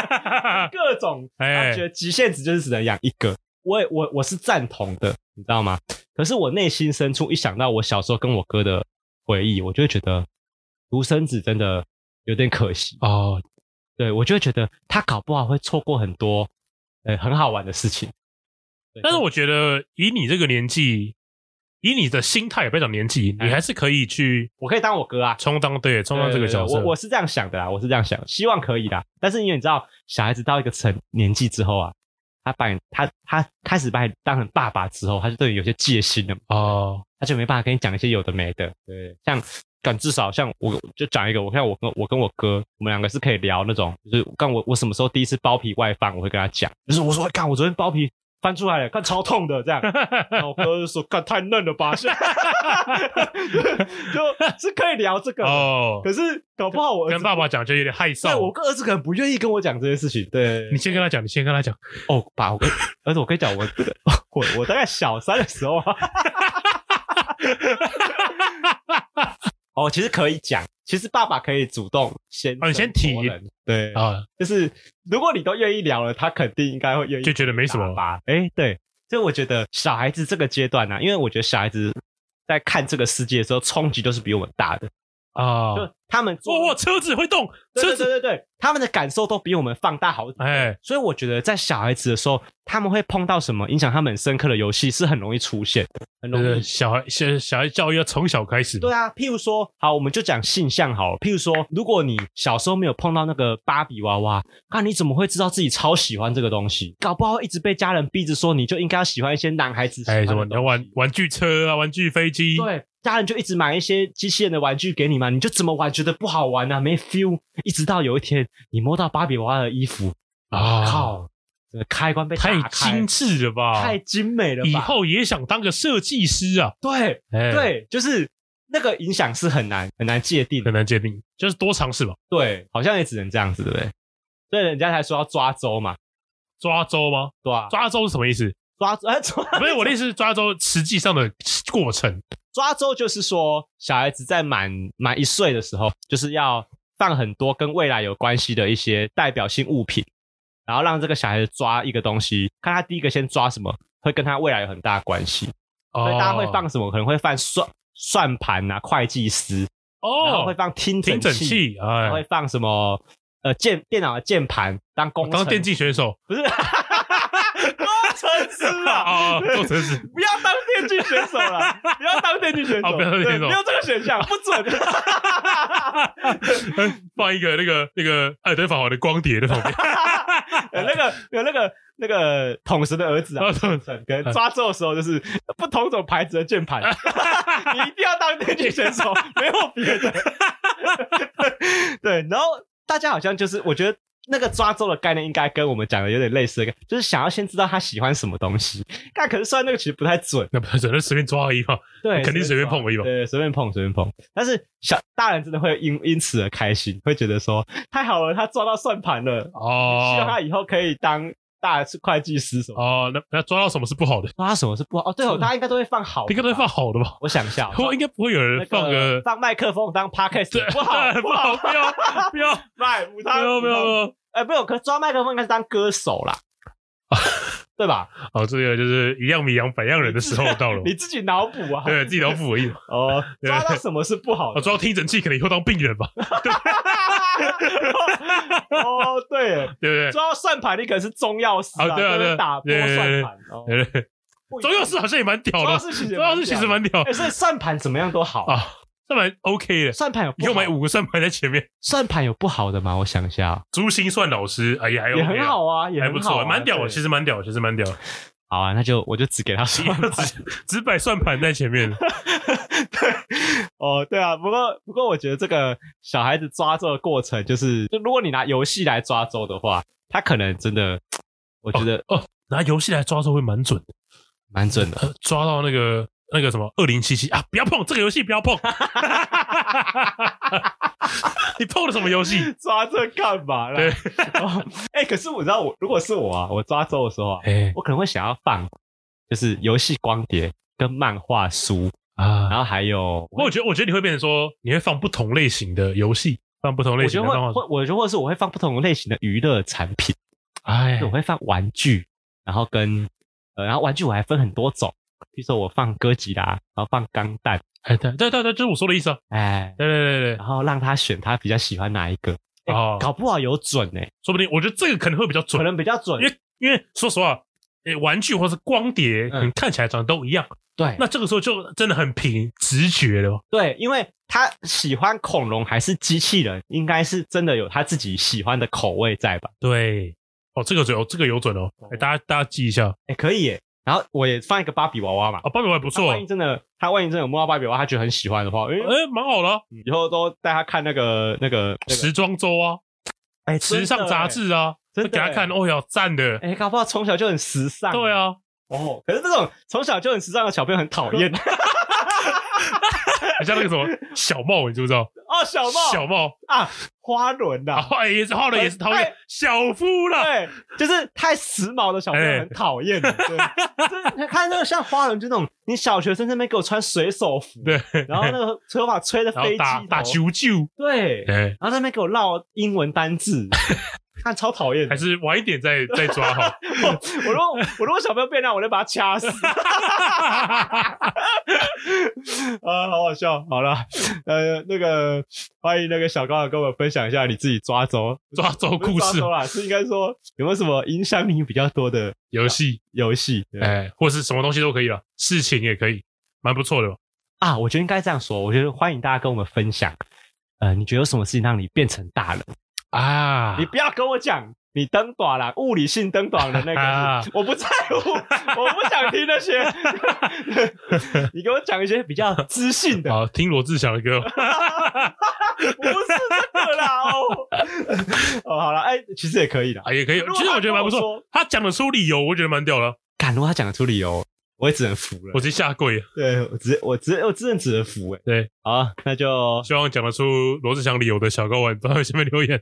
各种，
哎
他觉得极限值就是只能养一个。我也我我是赞同的，你知道吗？可是我内心深处一想到我小时候跟我哥的回忆，我就会觉得独生子真的有点可惜。
哦，
对我就会觉得他搞不好会错过很多呃很好玩的事情。对
但是我觉得以你这个年纪，以你的心态，不要讲年纪，
哎
你还是可以去
我可以当我哥啊，
充当对充当这个角
对对
色
对我，我是这样想的啦，我是这样想，希望可以啦。但是因为你知道，小孩子到一个成年纪之后啊，他把你他他开始把你当成爸爸之后，他就对你有些戒心了嘛，
哦，
他就没办法跟你讲一些有的没的。对，像敢至少像我就讲一个，我看我跟我跟我哥，我们两个是可以聊那种，就是干我我什么时候第一次包皮外放，我会跟他讲，就是我说干我昨天包皮翻出来了，看超痛的这样。然后我哥就说：“干太嫩了 吧！”就是可以聊这个的，
哦，
可是搞不好我儿
跟
子
爸爸讲就有点害
对我
臊。
跟儿子可能不愿意跟我讲这件事情。对
你，先跟他讲，你先跟他讲。
哦，爸，我跟儿子，我跟你讲，我 我我大概小三的时候啊， 哦，其实可以讲，其实爸爸可以主动先
哦你先提
生活人，对，
啊，
就是如果你都愿意聊了，他肯定应该会愿意
就觉得没什么
吧？哎、对，所以我觉得小孩子这个阶段呢、啊因为我觉得小孩子在看这个世界的时候，冲击都是比我们大的，
啊。
就他们做
哇哇，车子会动，
对
车
对对
子，
对对，他们的感受都比我们放大好几倍
哎，
所以我觉得在小孩子的时候，他们会碰到什么影响他们很深刻的游戏是很容易出现的，很容
呃，
易。
小孩小小孩教育要从小开始。
对啊，譬如说，好，我们就讲性向好了。譬如说，如果你小时候没有碰到那个芭比娃娃，那你怎么会知道自己超喜欢这个东西？搞不好一直被家人逼着说，你就应该要喜欢一些男孩子喜
哎，
欢
什么
的
你要
东
玩玩具车啊，玩具飞机
西。，对，家人就一直买一些机器人的玩具给你嘛，你就怎么玩觉得不好玩啊，没 feel。一直到有一天，你摸到芭比娃娃的衣服，
啊
靠，这个开关被打
太
开
精致了吧？
太精美了吧？
以后也想当个设计师啊？
对
哎，，
对，就是那个影响是很难很难界定的
很。难界定，就是多尝试吧。
对，好像也只能这样子，对不对？所以人家才说要抓周嘛，
抓周吗？
对吧、
抓周是什么意思？
抓抓 哎抓
不是我的意思，是抓周实际上的过 程
抓周就是说，小孩子在满满一岁的时候，就是要放很多跟未来有关系的一些代表性物品，然后让这个小孩子抓一个东西，看他第一个先抓什么，会跟他未来有很大的关系。
哦
所以大家会放什么？可能会放算算盘啊、会计师，然后
哦
会，放听
挺整
诊器，
气，哎
还，会放什么呃键电脑的键盘当工程
哦当 电竞选手
不是工程师啊。
啊，做成是
不要当电竞选手了， 不要当电竞选
哦
手，
不要当电竞选手
对没有这个选项，不准。
哎放一个那个那个艾德法环的光碟在旁边，
有那个有那个那个统神的儿子啊，
哦统
统神可能抓周的时候就是不同种牌子的 键盘，你一定要当电竞选手，没有别 的。对，然后大家好像就是我觉得。那个抓周的概念应该跟我们讲的有点类似的概念，就是想要先知道他喜欢什么东西。但可是虽然那个其实不太准，
那不只能随便抓而已嘛。
对，
肯定随便碰而已嘛
对，随便碰，随便碰。但是小大人真的会因因此而开心，会觉得说太好了，他抓到算盘了，希
哦
望他以后可以当大会计师什么。
哦，那那抓到什么是不好的？
抓什么是不好？哦，对哦，大家应该都会放好，
应该都会放。好的吧？
我想一下哦，
我应该不会有
那
人
个
放个
放麦克风当 podcast
对
不 好
不好，不要不 要
卖五
不
汤
要不要不
五汤
要。
哎，不有，可是抓麦克风应该是当歌手 啦，对吧？
好，哦这个就是一样米养百样人的时 候到了嘛，
你自己脑补啊。
对自己脑补而已嘛。
哦，
对
抓到什么是不好
我
的？
抓到听诊器，可能以后当病人吧，
哦，对耶，
对 不对？
抓到算盘，你可能是中药师
啊对啊
在那边
对啊
打拨
对对对
算盘。哦
对不对
不一定
中药师好像也蛮屌
中药
的，
师其实也
中药师其实
屌的
蛮屌
啊哎，所以算盘怎么样都好
啊，算蛮 OK 的。
算盘有不
以后
好
买五个算盘在前面，
算盘有不好的吗？我想一下哦，
珠心算老师，哎呀，还
也
OK
很
啊，
好啊，也
还
很
不
好
错
啊
啊，蛮屌的，
对
其实蛮屌，其实蛮屌，
好啊，那就我就只给他 算盘。
只只摆算盘在前面，
哦，对啊，不过不过我觉得这个小孩子抓周的过程，就是就如果你拿游戏来抓周的话，他可能真的，我觉得
拿游戏来抓周会蛮准的，
蛮准的。
呃抓到那个那个什么二零七七啊，不要碰这个游戏，不要 碰， 你碰了什么游戏？
抓这干嘛啦？
对
哦哎、可是我知道我，如果是我啊，我抓周的时候啊，
哎
我可能会想要放，就是游戏光碟跟漫画书，
啊，
然后还有，
不过我觉得我觉得你会变成说，你会放不同类型的游戏，放不同类
我
型
觉
的
得
漫
会
画，
会，我觉得或者是我会放不同类型的娱乐产品，
哎
就我会放玩具，然后跟呃，然后玩具我还分很多种，比如说我放哥吉拉，然后放钢弹，
哎，对对对对，就是我说的意思啊，
哎，
对对对对
然，后让他选他比较喜欢哪一个，哎
哦
搞不好有准哎、
说不定我觉得这个可能会比较
可
准，
能比较准
因，为因为说实话，诶，玩具或是光碟，
嗯
嗯，看起来长得都一样，
对
那这个时候就真的很凭直觉了。
对，因为他喜欢恐龙还是机器人，应该是真的有他自己喜欢的口味在吧。
对，哦，这个有这个有准哦，哎，大家大家记一下啊
哎、可以耶。然后我也放一个芭比娃娃嘛，，
哦芭比娃娃不
他
错，
万一真的，他万一真的有摸到芭比娃娃，他觉得很喜欢的话，哎、
哎，蛮好的啊，
以后都带他看那个那个那个
时装周啊，
哎
时尚杂，志啊，就
真
给
的
他看，哦哟，赞的，
哎、搞不好从小就很时尚。
对啊，
哦，可是这种从小就很时尚的小朋友很讨 厌
很像那个什么小帽，你知不知道？
哦，小帽
小帽，
啊，花轮 呐、
然后哎也是后来也是讨厌
哎
小夫啦，
对，就是太时髦的小朋
哎
友很讨厌的。对，就是你看那个像花轮，就那种你小学生那边给我穿水手服，
对，
然后那个吹头发吹的
然
飞
后
机
打
头
打，球球，
对，
哎，
然后在那边给我唠英文 单字，看超讨厌的
还。是晚一点再再抓好。
我如果我如果小朋友变那样，我就把他掐死。 啊，好好笑。好了，呃，那个欢迎那个小高跟我们分享一下你自己抓周
抓周
不是
故
抓
事
周啊啦，是应该说有没有什么影响你比较多的
游戏，
游戏？对啊
哎，或是什么东西都可以了，事情也可以，蛮不错的吧。
啊，我觉得应该这样说。我觉得欢迎大家跟我们分享，呃，你觉得有什么事情让你变成大人？
啊
你不要跟我讲你登短了，物理性登短的那个，
啊
我不在乎，我不想听那些。 你给我讲一些比较知性的，
好，听罗志祥的 歌，
不是这个啦哦。哦，好了，哎、其实也可以的。
啊，也可以。
如
其
果
实
他
我觉得蛮不
跟我
错
说，
他讲得出理由，我觉得蛮屌的，
敢如果他讲得出理由，我也只能服了。
我直接下跪。
对我只我只我只能只能服哎、
对，
好啊，那就
希望讲得出罗志祥理由的小高玩，在下面留 言。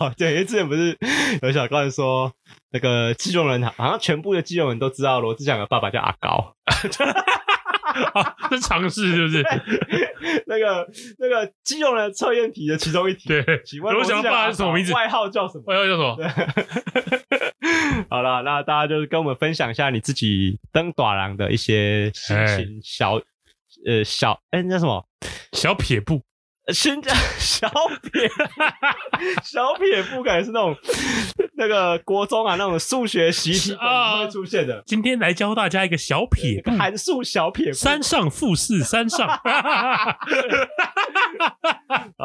哦，对，因为之前不是有小高人说，那个基隆人好像全部的基隆人都知道罗志祥的爸爸叫阿高。
啊，这尝试是不是？
那个那个基隆人测验题的其中一题，
对，
请问
罗志
罗志
祥
祥
爸是什么名字
外号叫什么？
我要叫什么？
好了，那大家就是跟我们分享一下你自己登短廊的一些心
哎
情，小呃小哎、那叫什么？
小撇步，
新小撇小撇步，感觉是那种那个国中啊那种数学习题本
啊
会出现的。
今天来教大家一个小
那
撇步
个。函数小撇 步，
三上复式三上，
好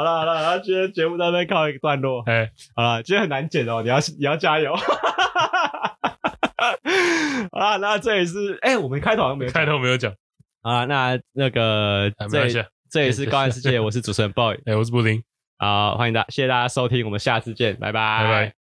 了好了，然后今天节目到这边告一个段落。
哎，
好了，今天很难剪哦，你要你要加油。 好啦，那这也是哎、我们开头好像没有
开头没有讲，
啊。那那个
哎没
这
关系。
这也是高玩世界，我是主持人 boy
哎，我是布丁，
啊，好欢迎大，谢谢大家收听，我们下次见，拜拜
拜拜。